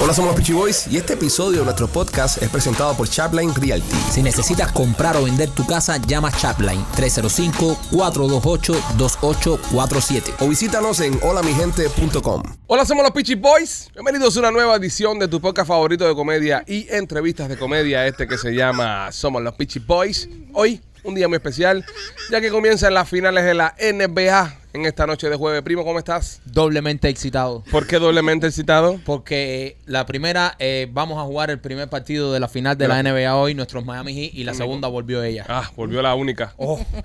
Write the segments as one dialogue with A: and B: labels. A: Hola, somos los Peachy Boys y este episodio de nuestro podcast es presentado por Chapline Realty.
B: Si necesitas comprar o vender tu casa, llama Chapline 305-428-2847.
A: O visítanos en holamigente.com.
C: Hola, somos los Peachy Boys. Bienvenidos a una nueva edición de tu podcast favorito de comedia y entrevistas de comedia, este que se llama Somos los Peachy Boys. Hoy, un día muy especial, ya que comienzan las finales de la NBA en esta noche de jueves. Primo, ¿cómo estás?
D: doblemente excitado.
C: ¿Por qué doblemente excitado?
D: Porque la primera, eh, vamos a jugar el primer partido de la final de la NBA hoy, nuestros Miami Heat, y la segunda volvió ella.
C: Ah, volvió la única,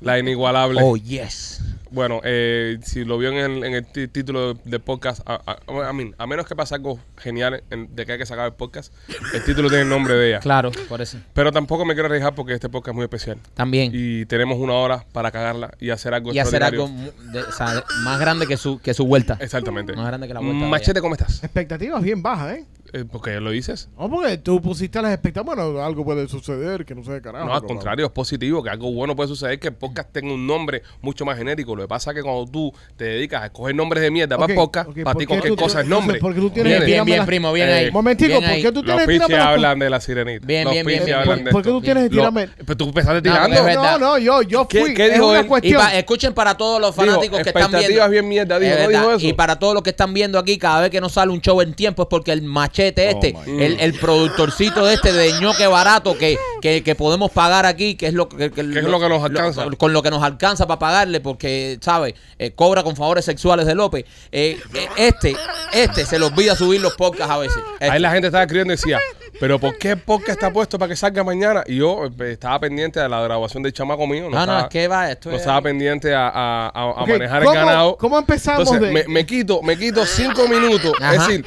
C: la inigualable.
D: Oh, yes.
C: Bueno, eh, si lo vio en el, en el ti- título de- del podcast, a, a- I mean, a menos que pase algo genial en- de que hay que sacar el podcast, el título tiene el nombre de ella.
D: Claro, por eso.
C: Pero tampoco me quiero arriesgar porque este podcast es muy especial.
D: También.
C: Y tenemos una hora para cagarla y hacer algo
D: Y hacer algo
C: extraordinario.
D: mu- de- o sea, de- más grande que su, que su vuelta.
C: Exactamente.
D: Más grande que la vuelta de
C: Machete, ¿cómo estás?
E: Expectativas bien bajas, ¿eh?
C: Eh, ¿Por qué lo dices?
E: No, porque tú pusiste las expectativas, bueno, algo puede suceder, que no sé de carajo.
C: No, al
E: Ah, pero-
C: contrario, es positivo, que algo bueno puede suceder, que el podcast tenga un nombre mucho más genérico. Lo que pasa es que cuando tú te dedicas a escoger nombres de mierda para
E: Ok,
C: el podcast,
E: ok,
C: para
E: ¿por
C: ti
E: qué
C: cualquier
E: tú-
C: cosa es nombre.
E: entonces, ¿por qué tú tienes-
D: Bien, bien,
C: ¿Entiendes?
E: Dígame
D: bien,
E: la-
D: primo, bien
C: Eh,
D: ahí.
E: Momentico,
D: Bien
E: ¿por
D: ahí.
E: qué tú
C: Los
E: tienes
C: piches
E: tíramela por-
C: hablan de la sirenita.
D: Bien,
C: Los
D: bien, bien,
C: piches
D: bien.
C: hablan de
E: ¿Por qué
C: esto.
E: tú tienes que
C: Lo-
E: tirarme?
C: Pero tú empezaste
D: No,
C: tirando.
D: es verdad.
E: No, no, yo, yo
C: ¿Qué-
E: fui.
C: qué
E: es
C: dijo
E: una
C: él? Y
D: Y
E: cuestión.
D: pa- escuchen para todos los
C: Dijo,
D: fanáticos que están viendo.
C: expectativas bien mierda, dijo,
D: Es
C: ¿no dijo
D: verdad.
C: eso?
D: Y para todos los que están viendo aquí, cada vez que nos sale un show en tiempo es porque el machete este, el, el productorcito de este de ñoque barato que, que, que podemos pagar aquí, que es lo que,
C: Que es lo que nos alcanza.
D: con lo que nos alcanza para pagarle, porque, ¿sabes? Eh, cobra con favores sexuales de López. Eh, eh, este, este se le olvida subir los podcasts a veces. Este.
C: Ahí la gente estaba escribiendo y decía, pero ¿por qué el podcast está puesto para que salga mañana? Y yo eh, estaba pendiente de la grabación del chamaco mío.
D: Ah, No, no,
C: estaba-
D: es que va, esto
C: no
D: es-
C: estaba pendiente a, a- a- a
E: Ok,
C: manejar
E: ¿cómo-
C: el ganado.
E: cómo empezamos
C: Entonces,
E: de-
C: me, me quito, me quito cinco minutos.
D: Ajá.
C: Es decir,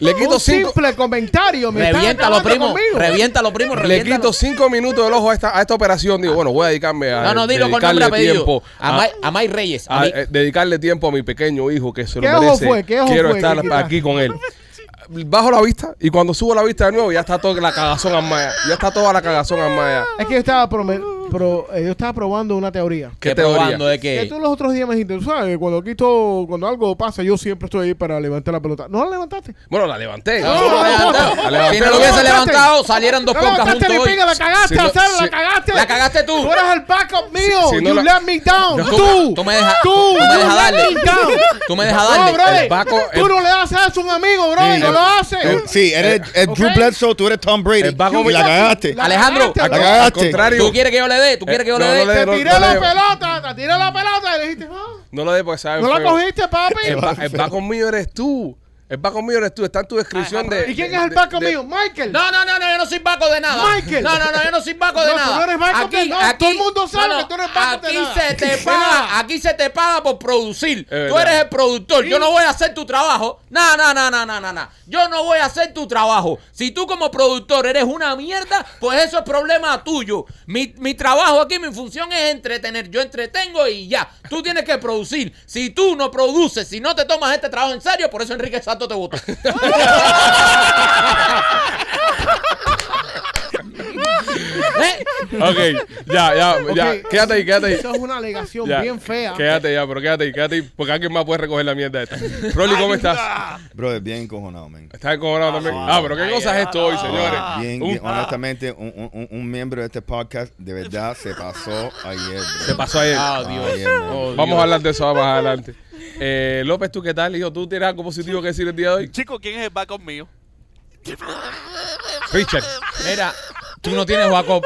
C: le quito
E: Un
C: cinco,
E: simple comentario, me están
D: Reviéntalo,
E: acabando
D: primo.
E: conmigo.
D: Reviéntalo, primo.
C: le
D: Reviéntalo.
C: quito cinco minutos del ojo a esta, a esta operación. Digo, bueno, voy a dedicarme a
D: No, no, dilo con
C: dedicarle
D: nombre y apellido.
C: tiempo
D: a, May, a May Reyes. a
C: a-
D: mí.
C: eh, dedicarle tiempo a mi pequeño hijo que se lo
E: ¿Qué ojo
C: merece.
E: fue? ¿Qué ojo
C: Quiero
E: fue?
C: estar
E: ¿Qué quitaste?
C: aquí con él. Bajo la vista y cuando subo la vista de nuevo ya está toda la cagazón armada. Ya está toda la cagazón armada.
E: Es que yo estaba, prome- pro- eh, yo estaba probando una teoría.
C: ¿Qué
D: que
C: teoría?
D: probando de que...
E: Que tú los otros días me dijiste, tú sabes, cuando quito, cuando algo pasa, yo siempre estoy ahí para levantar la pelota. ¿No la levantaste?
C: Bueno, la levanté.
D: No, no, no, no, no. Si no
C: Pero
D: lo hubiese
E: levantaste.
D: levantado, salieron dos
E: No
D: podcasts
E: levantaste
D: juntos
E: ni
D: hoy.
E: pinga, la cagaste,
C: Si no-
E: Alzaro,
C: si-
E: la cagaste.
D: la cagaste tú.
E: Tú eres el backup mío.
C: si no
E: you
C: la-
E: let me down.
C: No,
E: tú.
D: tú me dejas-
E: Tú.
D: tú me dejas
E: you let
D: darle.
E: me down.
D: Tú me dejas
E: No,
D: darle.
E: brother,
C: El Baco-
E: tú
C: el-
E: no le haces eso a un amigo, bro.
C: Sí,
E: no
C: el-
E: lo haces.
C: el-
F: Sí, eres
C: eh,
F: es Drew
E: Ok.
F: Bledsoe, tú eres Tom Brady.
C: El bajo
F: y la
C: mío.
F: cagaste.
E: La
D: Alejandro,
E: cagaste,
F: La
E: bro.
C: Al
F: cagaste.
C: contrario.
D: ¿Tú quieres que yo le dé? ¿Tú quieres que yo
C: Eh, no,
D: le dé?
C: no
E: Te
C: no-
E: tiré
C: no
E: la
C: leo.
E: pelota, te tiré la pelota y le dijiste, "Ah,
C: No lo de porque sabe
E: no la
C: feo.
E: cogiste, papi.
C: El, ba- el backup mío eres tú. El backup mío eres tú. Está en tu descripción de.
E: Ah, ¿Y quién
C: de-
E: es el
C: de-
E: backup
C: de-
E: mío? Michael.
D: No, no, no, no, yo no soy Paco de nada.
E: Michael.
D: No, no, no, yo no soy Paco de
E: No, tú
D: nada.
E: no eres Michael, que no, todo el mundo sabe que tú no eres Paco de
D: aquí
E: nada.
D: Se te paga, aquí se te paga por producir.
C: Es
D: Tú
C: verdad.
D: eres el productor. Yo no voy a hacer tu trabajo. No, no, no, no, no, no, no. Yo no voy a hacer tu trabajo. Si tú como productor eres una mierda, pues eso es problema tuyo. Mi, mi trabajo aquí, mi función es entretener. Yo entretengo y ya. Tú tienes que producir. Si tú no produces, si no te tomas este trabajo en serio, por eso Enrique Santo te votó. ¿Eh?
C: Ok, ya, ya, ya.
E: Ok.
C: Quédate ahí, quédate ahí.
E: Eso es una alegación
C: Ya,
E: bien fea.
C: Quédate ya, pero quédate ahí, quédate ahí. Porque alguien más puede recoger la mierda esta. Rolly, ¿cómo
G: ah.
C: estás?
F: Bro, es bien encojonado, man. Ah.
C: Estás encojonado también. Ah, pero qué cosa es esto hoy, señores.
F: Bien,
C: Un- ah,
F: bien, honestamente, un, un- un- un miembro de este podcast de verdad se pasó ayer, bro.
C: Se pasó ayer.
D: Ah, Dios.
F: Ayer, man.
D: Oh,
C: Vamos
D: Dios.
C: a hablar de eso más adelante. Eh, López, ¿tú qué tal, hijo? ¿Tú tienes algo positivo que decir el día de hoy?
G: Chico, ¿quién es el backup mío?
C: Richard.
D: Mira, tú no tienes Jacob.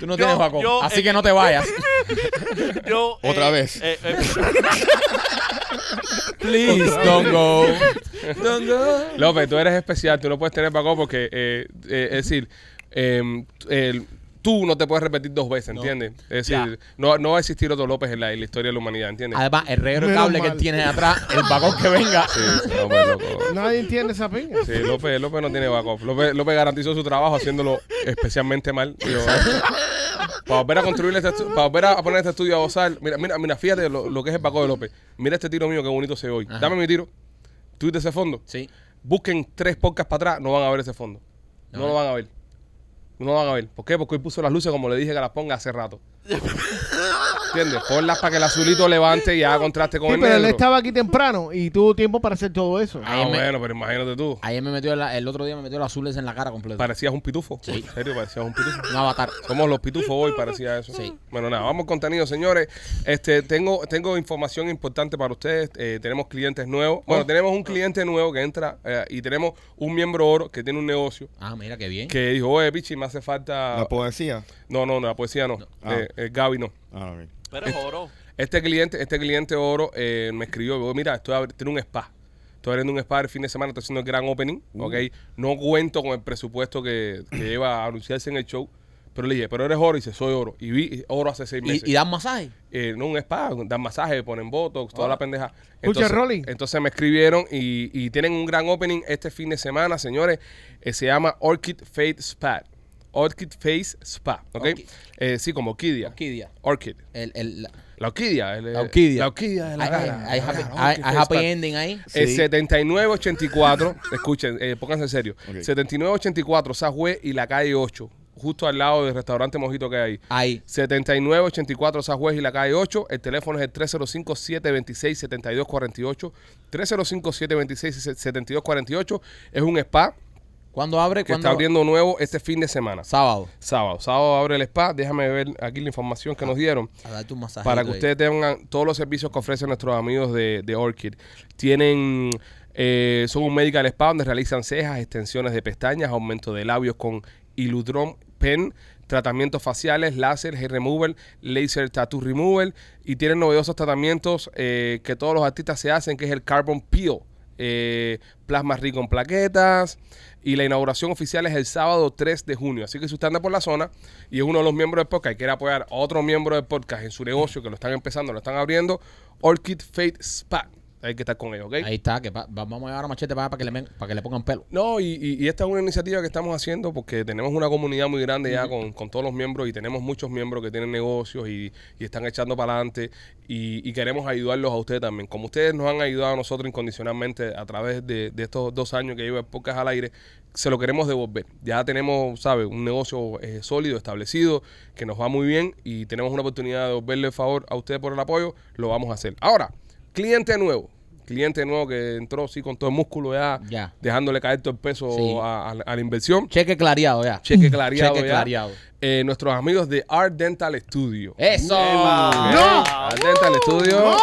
D: Tú no
G: Yo-
D: tienes Jacob.
G: yo,
D: Así
G: eh,
D: que no te vayas.
G: Yo.
F: Otra vez.
G: eh, eh,
D: Please don't go.
C: López, tú eres especial, tú no puedes tener Paco porque, eh, eh, es decir, eh, el- tú no te puedes repetir dos veces, ¿entiendes? Es decir, no, no va a existir otro López en la, en la historia de la humanidad, ¿entiendes?
D: Además, el reguero de
E: Menos
D: cable que
E: mal.
D: tienes atrás, el vagón que venga.
C: Sí, López, loco.
E: Nadie entiende esa pinga.
C: Sí, López, López no tiene backup. López, López garantizó su trabajo haciéndolo especialmente mal. Yo- para volver a construir este estu- para volver a poner este estudio a gozar, mira, mira, mira, fíjate lo, lo que es el backup de López. Mira este tiro mío, qué bonito se ve hoy. Dame mi tiro. ¿Tú viste ese fondo?
D: Sí.
C: Busquen tres podcasts para atrás, no van a ver ese fondo. No, lo van a ver. No lo van a ver. ¿Por qué? Porque hoy puso las luces como le dije que las ponga hace rato. ¿Entiendes? Ponlas para que el azulito levante y haga contraste con
E: Sí,
C: el
E: pero él
C: negro.
E: estaba aquí temprano y tuvo tiempo para hacer todo eso.
C: Ah, bueno, pero imagínate tú.
D: Ayer me metió, la- el otro día me metió el azul ese en la cara completo.
C: Parecías un pitufo. En serio, parecías un pitufo.
D: Un avatar.
C: Somos los pitufos hoy, parecía eso.
D: Sí.
C: Bueno, nada, vamos al contenido, señores. Este, tengo, tengo información importante para ustedes. Eh, tenemos clientes nuevos. Bueno, tenemos un cliente nuevo que entra eh, y tenemos un miembro oro que tiene un negocio
D: Ah, mira qué bien.
C: que dijo, oye, pichi, me hace falta...
F: La poesía.
C: No, no, no, la poesía no.
F: Ah.
C: Eh, eh, Gaby no.
F: Ah, ok.
G: Pero es oro.
C: Este cliente, este cliente oro eh, me escribió, digo, mira, estoy abri- tengo un spa. Estoy abriendo un spa el fin de semana, estoy haciendo el gran opening, ¿ok? No cuento con el presupuesto que, que lleva a anunciarse en el show. Pero le dije, pero eres oro, y dice, soy oro. Y vi oro hace seis meses.
D: Y, y dan masaje.
C: Eh, no, un spa, dan masaje, ponen botox,
D: Ah.
C: toda la pendeja.
E: Escucha, Rolly.
C: entonces me escribieron y, y tienen un gran opening este fin de semana, señores. Eh, se llama Orchid Face Spa. Orchid Face Spa, ¿ok?
D: Orchid.
C: Eh, sí, como orquídea.
D: Orquídea.
C: Orchid.
D: El, el, la,
C: La orquídea. el-
D: la orquídea.
C: La orquídea de la
D: Hay-
C: cara.
D: Hay, hay happy,
C: Claro,
D: hay-
C: orchid
D: hay
C: face
D: happy
C: spa.
D: ending ahí.
C: Eh,
F: Sí.
C: 7984, escuchen, eh, pónganse en serio.
F: Ok.
C: 7984, Sajue y la calle 8, justo al lado del restaurante Mojito que hay ahí.
D: Ahí.
C: 7984 Sajue y la calle 8. El teléfono es el 305-726-7248. 305-726-7248. Es un spa
D: ¿Cuándo abre?
C: que
D: ¿Cuándo?
C: está abriendo nuevo este fin de semana.
D: Sábado.
C: Sábado. Sábado abre el spa. Déjame ver aquí la información que nos dieron.
D: A darte un masaje.
C: Para que ustedes tengan todos los servicios que ofrecen nuestros amigos de, de Orchid. Tienen, eh, son un medical spa donde realizan cejas, extensiones de pestañas, aumento de labios con Iludron Pen, tratamientos faciales, láser, hair removal, laser tattoo removal y tienen novedosos tratamientos eh, que todos los artistas se hacen, que es el carbon peel. eh, plasma rico en plaquetas y la inauguración oficial es el sábado 3 de junio así que si usted anda por la zona y es uno de los miembros del podcast y quiere apoyar a otro miembro del podcast en su negocio que lo están empezando lo están abriendo Orchid Fate Spa hay que estar con ellos ¿ok?
D: Ahí está, que pa- va- vamos a llevar a Machete para, allá para, que le, men- para que le pongan pelo.
C: No, y, y- y esta es una iniciativa que estamos haciendo porque tenemos una comunidad muy grande ya con, con todos los miembros y tenemos muchos miembros que tienen negocios y, y están echando para adelante y, y queremos ayudarlos a ustedes también. Como ustedes nos han ayudado a nosotros incondicionalmente a través de, de estos dos años que lleva Pocas al aire, se lo queremos devolver. Ya tenemos, ¿sabes? Un negocio eh, sólido, establecido, que nos va muy bien y tenemos una oportunidad de devolverle el favor a ustedes por el apoyo, lo vamos a hacer. Ahora, cliente nuevo. Cliente nuevo que entró sí con todo el músculo ya,
D: Ya.
C: dejándole caer todo el peso
D: Sí.
C: a, a la- a la inversión.
D: Cheque clareado ya.
C: Cheque clareado.
D: Cheque
C: ya.
D: clareado.
C: Eh, nuestros amigos de Art Dental Studio.
D: ¡Eso!
E: ¡No!
C: Art Dental Studio
E: ¡No!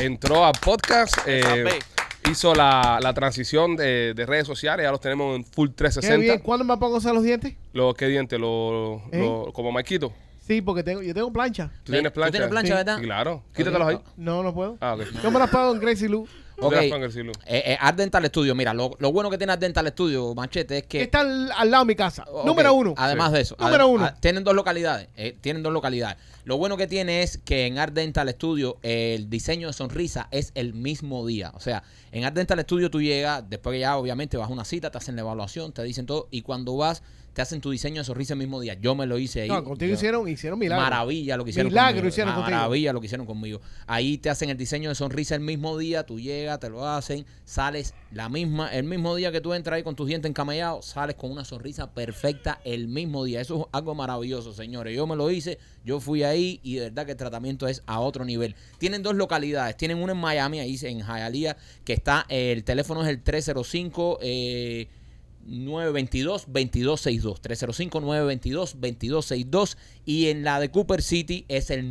C: entró al podcast. eh,
G: Esa vez.
C: hizo la, la transición de, de redes sociales. Ya los tenemos en full
E: Qué
C: 360.
E: bien. ¿Cuándo me pongo a usar los dientes?
C: Los que dientes, los,
E: ¿Eh?
C: los- como Maikito.
E: Sí, porque tengo, yo tengo plancha.
C: ¿Tú
D: Ve, ¿Eh?
C: tienes
D: ¿tú
C: plancha?
D: tienes plancha,
C: Sí.
D: verdad?
C: Claro. Quítatelos ahí.
E: No, no puedo.
C: Ah, ok.
E: Yo me las pago en Crazy Lou.
C: ¿Tú
D: Ok.
C: tienes plan, Garcilu?
D: Eh, eh, Art Dental Studio, mira, lo, lo bueno que tiene Art Dental Studio, Machete, es que...
E: Está al, al lado de mi casa.
D: Ok,
E: Número uno.
D: Además
C: Sí.
D: de eso.
E: Número
D: adem-
E: uno.
D: a- tienen dos localidades. eh, tienen dos localidades. Lo bueno que tiene es que en Art Dental Studio eh, el diseño de sonrisa es el mismo día. O sea, en Art Dental Studio tú llegas, después que ya obviamente vas a una cita, te hacen la evaluación, te dicen todo y cuando vas te hacen tu diseño de sonrisa el mismo día. Yo me lo hice ahí.
E: no, contigo
D: Yo-
E: hicieron, hicieron milagros.
D: Maravilla lo que hicieron
E: Milagro
D: conmigo.
E: hicieron contigo.
D: Maravilla lo que hicieron conmigo. Ahí te hacen el diseño de sonrisa el mismo día, tú llegas, te lo hacen, sales la misma, el mismo día que tú entras ahí con tus dientes encamellados, sales con una sonrisa perfecta el mismo día. Eso es algo maravilloso, señores. Yo me lo hice, yo fui ahí y de verdad que el tratamiento es a otro nivel. Tienen dos localidades, tienen una en Miami, ahí en Hialeah, que está, eh, el teléfono es el 305 eh, 922-2262. 305-922-2262. Y en la de Cooper City es el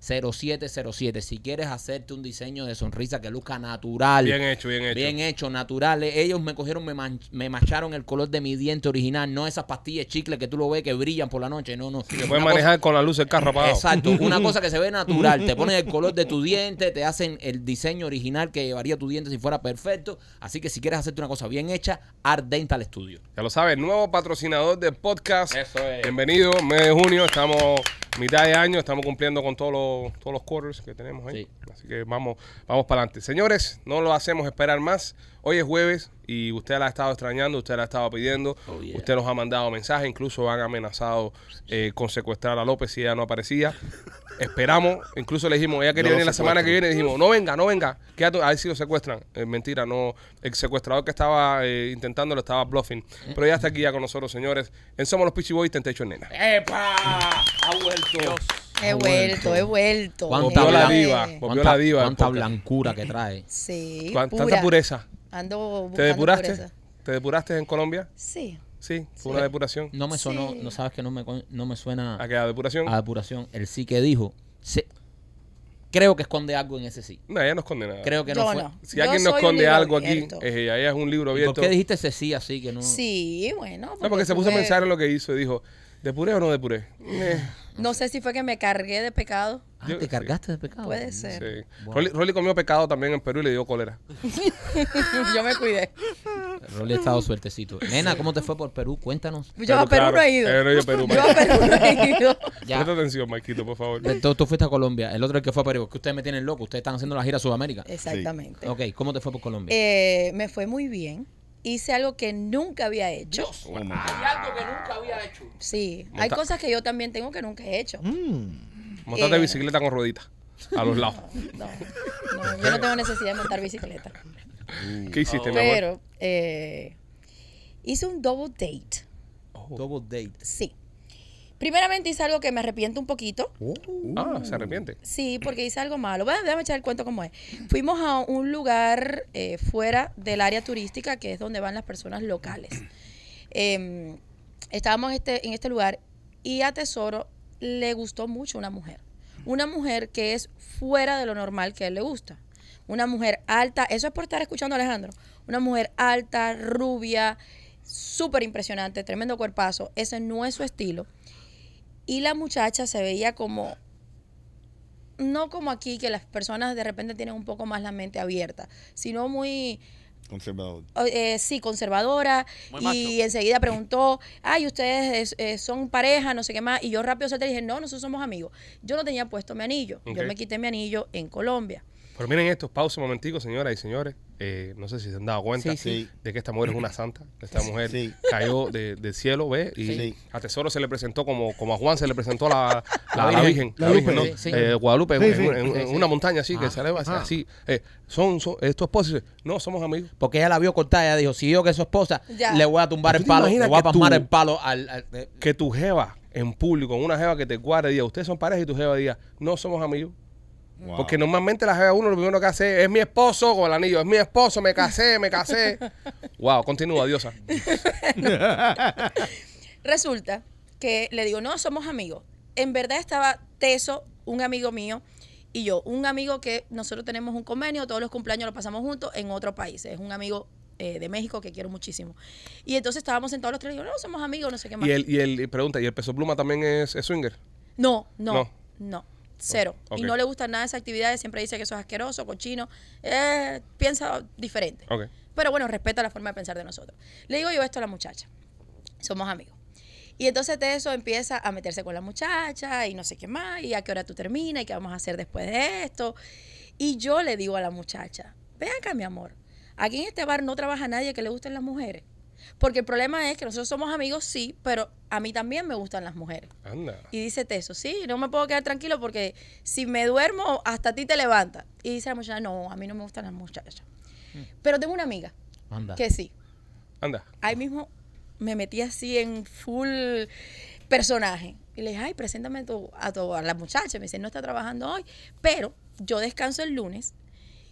D: 954-233-0707. Si quieres hacerte un diseño de sonrisa que luzca natural.
C: Bien hecho, bien hecho.
D: Bien hecho, naturales. Ellos me cogieron, me, man- me macharon el color de mi diente original. No esas pastillas chicle que tú lo ves que brillan por la noche. No, no.
C: Que
D: Una
C: puedes
D: cosa-
C: manejar con la luz del carro apagado.
D: Exacto, una cosa que se ve natural. Te ponen el color de tu diente, te hacen el diseño original que llevaría tu diente si fuera perfecto. Así que si quieres hacerte una cosa bien hecha, Art Dental Studio.
C: Ya lo sabes, nuevo patrocinador del podcast.
D: Eso es.
C: Bienvenido, mes de junio, estamos mitad de año, estamos cumpliendo con todos los, todos los quarters que tenemos ahí. Así que vamos, vamos para adelante. Señores, no lo hacemos esperar más. Hoy es jueves y usted la ha estado extrañando, usted la ha estado pidiendo,
D: Oh,
C: usted nos ha mandado mensajes, incluso han amenazado eh, con secuestrar a López si ella no aparecía. Esperamos, incluso le dijimos, ella quería
F: No lo
C: venir la semana que
F: secuestran.
C: viene, dijimos, no venga, no venga, quédate, a ver si lo secuestran. Eh, mentira, no, el secuestrador que estaba eh, intentando lo estaba bluffing. Pero ya está aquí ya con nosotros, señores. En Somos los Pichiboy, Tentecho Nena.
D: ¡Epa! Ha vuelto.
G: Dios.
H: He vuelto, he vuelto.
D: Cuánta
H: Eh,
C: Volvió la
D: blan-
C: diva. Volvió la diva.
D: cuánta
C: del podcast.
D: blancura que trae.
H: Sí.
C: Cuán-
H: pura.
C: Tanta pureza.
H: Ando buscando
C: ¿Te depuraste?
H: pureza.
C: ¿Te depuraste en Colombia?
H: Sí.
C: Sí, fue una depuración.
D: No Ah. me sonó,
H: Sí.
D: no sabes que no me, con- no me suena
C: ¿A qué edad? depuración?
D: a depuración. El sí que dijo. se- creo que esconde algo en ese sí.
C: No, ella no esconde nada.
D: Creo que no
H: Yo
D: fue.
H: no.
C: Si
H: Yo
C: alguien nos
H: soy un
C: esconde
H: libro
C: algo aquí,
H: abierto.
C: es ella. Ella es un libro
D: ¿Y
C: abierto.
D: ¿Por qué dijiste ese sí así que no?
H: Sí, bueno.
C: Mm. No, porque se puso a
H: tuve-
C: pensar en lo que hizo y dijo, ¿depuré o no depuré? Eh,
H: No sé si fue que me cargué de pecado.
D: Ah,
C: Yo-
D: te cargaste de pecado.
H: Puede
C: sí.
H: ser.
D: Bueno.
C: Rolly, Rolly comió pecado también en Perú y le dio cólera.
H: Yo me cuidé.
D: Rolly ha estado suertecito. Nena, ¿cómo te fue por Perú? Cuéntanos.
H: Yo a Perú
C: claro,
H: no he ido.
C: eh, no, yo a Perú,
H: Yo a Perú no he ido.
D: Ya.
C: Presta atención, Maikito, por favor.
D: Pues, Tú, tú fuiste a Colombia. El otro el que fue a Perú. Que ustedes me tienen loco. Ustedes están haciendo la gira a Sudamérica.
H: Exactamente.
D: Ok, ¿cómo te fue por Colombia?
H: Este. Eh, me fue muy bien. Hice algo que nunca había hecho.
F: Oh, my God.
I: Hay algo que nunca había hecho.
H: Sí. Hay
C: Monta-
H: cosas que yo también tengo que nunca he hecho.
C: Mm. Montate
H: eh.
C: bicicleta con rueditas a los lados.
H: No, no, yo no tengo necesidad de montar bicicleta.
C: ¿Qué hiciste, mi amor?
H: Pero eh, hice un double date.
D: Double date.
H: Sí. Primeramente hice algo que me arrepiento un poquito.
C: Ah, se arrepiente.
H: Sí, porque hice algo malo. Bueno, déjame echar el cuento como es. Fuimos a un lugar eh, fuera del área turística, que es donde van las personas locales. Em, estábamos este, en este lugar y a Tesoro le gustó mucho una mujer. Una mujer que es fuera de lo normal que a él le gusta. Una mujer alta, eso es por estar escuchando a Alejandro. Una mujer alta, rubia, súper impresionante, tremendo cuerpazo. Ese no es su estilo. Y la muchacha se veía como no como aquí que las personas de repente tienen un poco más la mente abierta, sino muy
F: Conservador.
H: o- eh, sí, conservadora.
G: Muy
H: y
G: macho.
H: enseguida preguntó, ay, ustedes eh, eh, son pareja, no sé qué más. Y yo rápido salté y dije, no, nosotros somos amigos. Yo no tenía puesto mi anillo.
C: Ok.
H: Yo me quité mi anillo en Colombia.
C: Pero miren esto, pausa un momentico, señoras y señores. Eh, no sé si se han dado cuenta
D: Sí,
F: sí.
C: de que esta mujer es una santa. Esta mujer
F: Sí.
C: cayó de- del cielo, ¿ves? Y
F: Sí.
C: a Tesoro se le presentó como, como a Juan se le presentó la, la, la Virgen. La
E: La
C: Virgen, ¿no?
E: Lupe.
D: Sí, sí.
C: Eh, Guadalupe,
E: Sí,
C: en-
E: sí.
C: en, en- en
D: Sí, sí.
C: una montaña así, que
D: Ah,
C: se eleva así, así. Eh, son, son, ¿Es tu esposa? Y dice, No, somos amigos.
D: Porque ella la vio cortada, ella dijo, si yo que soy esposa,
H: Ya.
D: le voy a tumbar
C: ¿Tú
D: el
C: te
D: palo, le
C: imaginas
D: voy a
C: que tú-
D: pasmar el palo al... al- eh,
C: Que tu jeva en público, una jeva que te guarde, diga, ustedes son pareja y tu jeva diga, no somos amigos.
F: Wow.
C: Porque normalmente la jeva uno lo primero que hace es mi esposo con el anillo, es mi esposo, me casé, me casé. wow, continúa, diosa.
H: Resulta que le digo, no, somos amigos. En verdad estaba Teso, un amigo mío, y yo, un amigo que nosotros tenemos un convenio, todos los cumpleaños lo pasamos juntos en otro país. Es un amigo eh, de México que quiero muchísimo. Y entonces estábamos sentados los tres y digo, no, somos amigos, no sé qué más.
C: Y el, y el y pregunta, ¿y el peso pluma también es, es swinger?
H: No, no,
C: No.
H: no. Cero.
C: Ok.
H: Y no le gustan nada esas actividades. Siempre dice que eso es asqueroso, cochino. Eh, piensa diferente.
C: Ok.
H: Pero bueno, respeta la forma de pensar de nosotros. Le digo yo esto a la muchacha. Somos amigos. Y entonces de eso empieza a meterse con la muchacha y no sé qué más, y a qué hora tú terminas y qué vamos a hacer después de esto. Y yo le digo a la muchacha, ven acá mi amor, aquí en este bar no trabaja nadie que le gusten las mujeres. Porque el problema es que nosotros somos amigos, sí, pero a mí también me gustan las mujeres.
C: Anda.
H: Y dice Teso, sí, no me puedo quedar tranquilo porque si me duermo, hasta a ti te levanta. Y dice la muchacha, no, a mí no me gustan las muchachas. Pero tengo una amiga
D: Anda.
H: que sí.
C: Anda.
H: Ahí mismo me metí así en full personaje. Y le dije, ay, preséntame a tu, a, tu- a la muchacha. Me dice, no está trabajando hoy, pero yo descanso el lunes.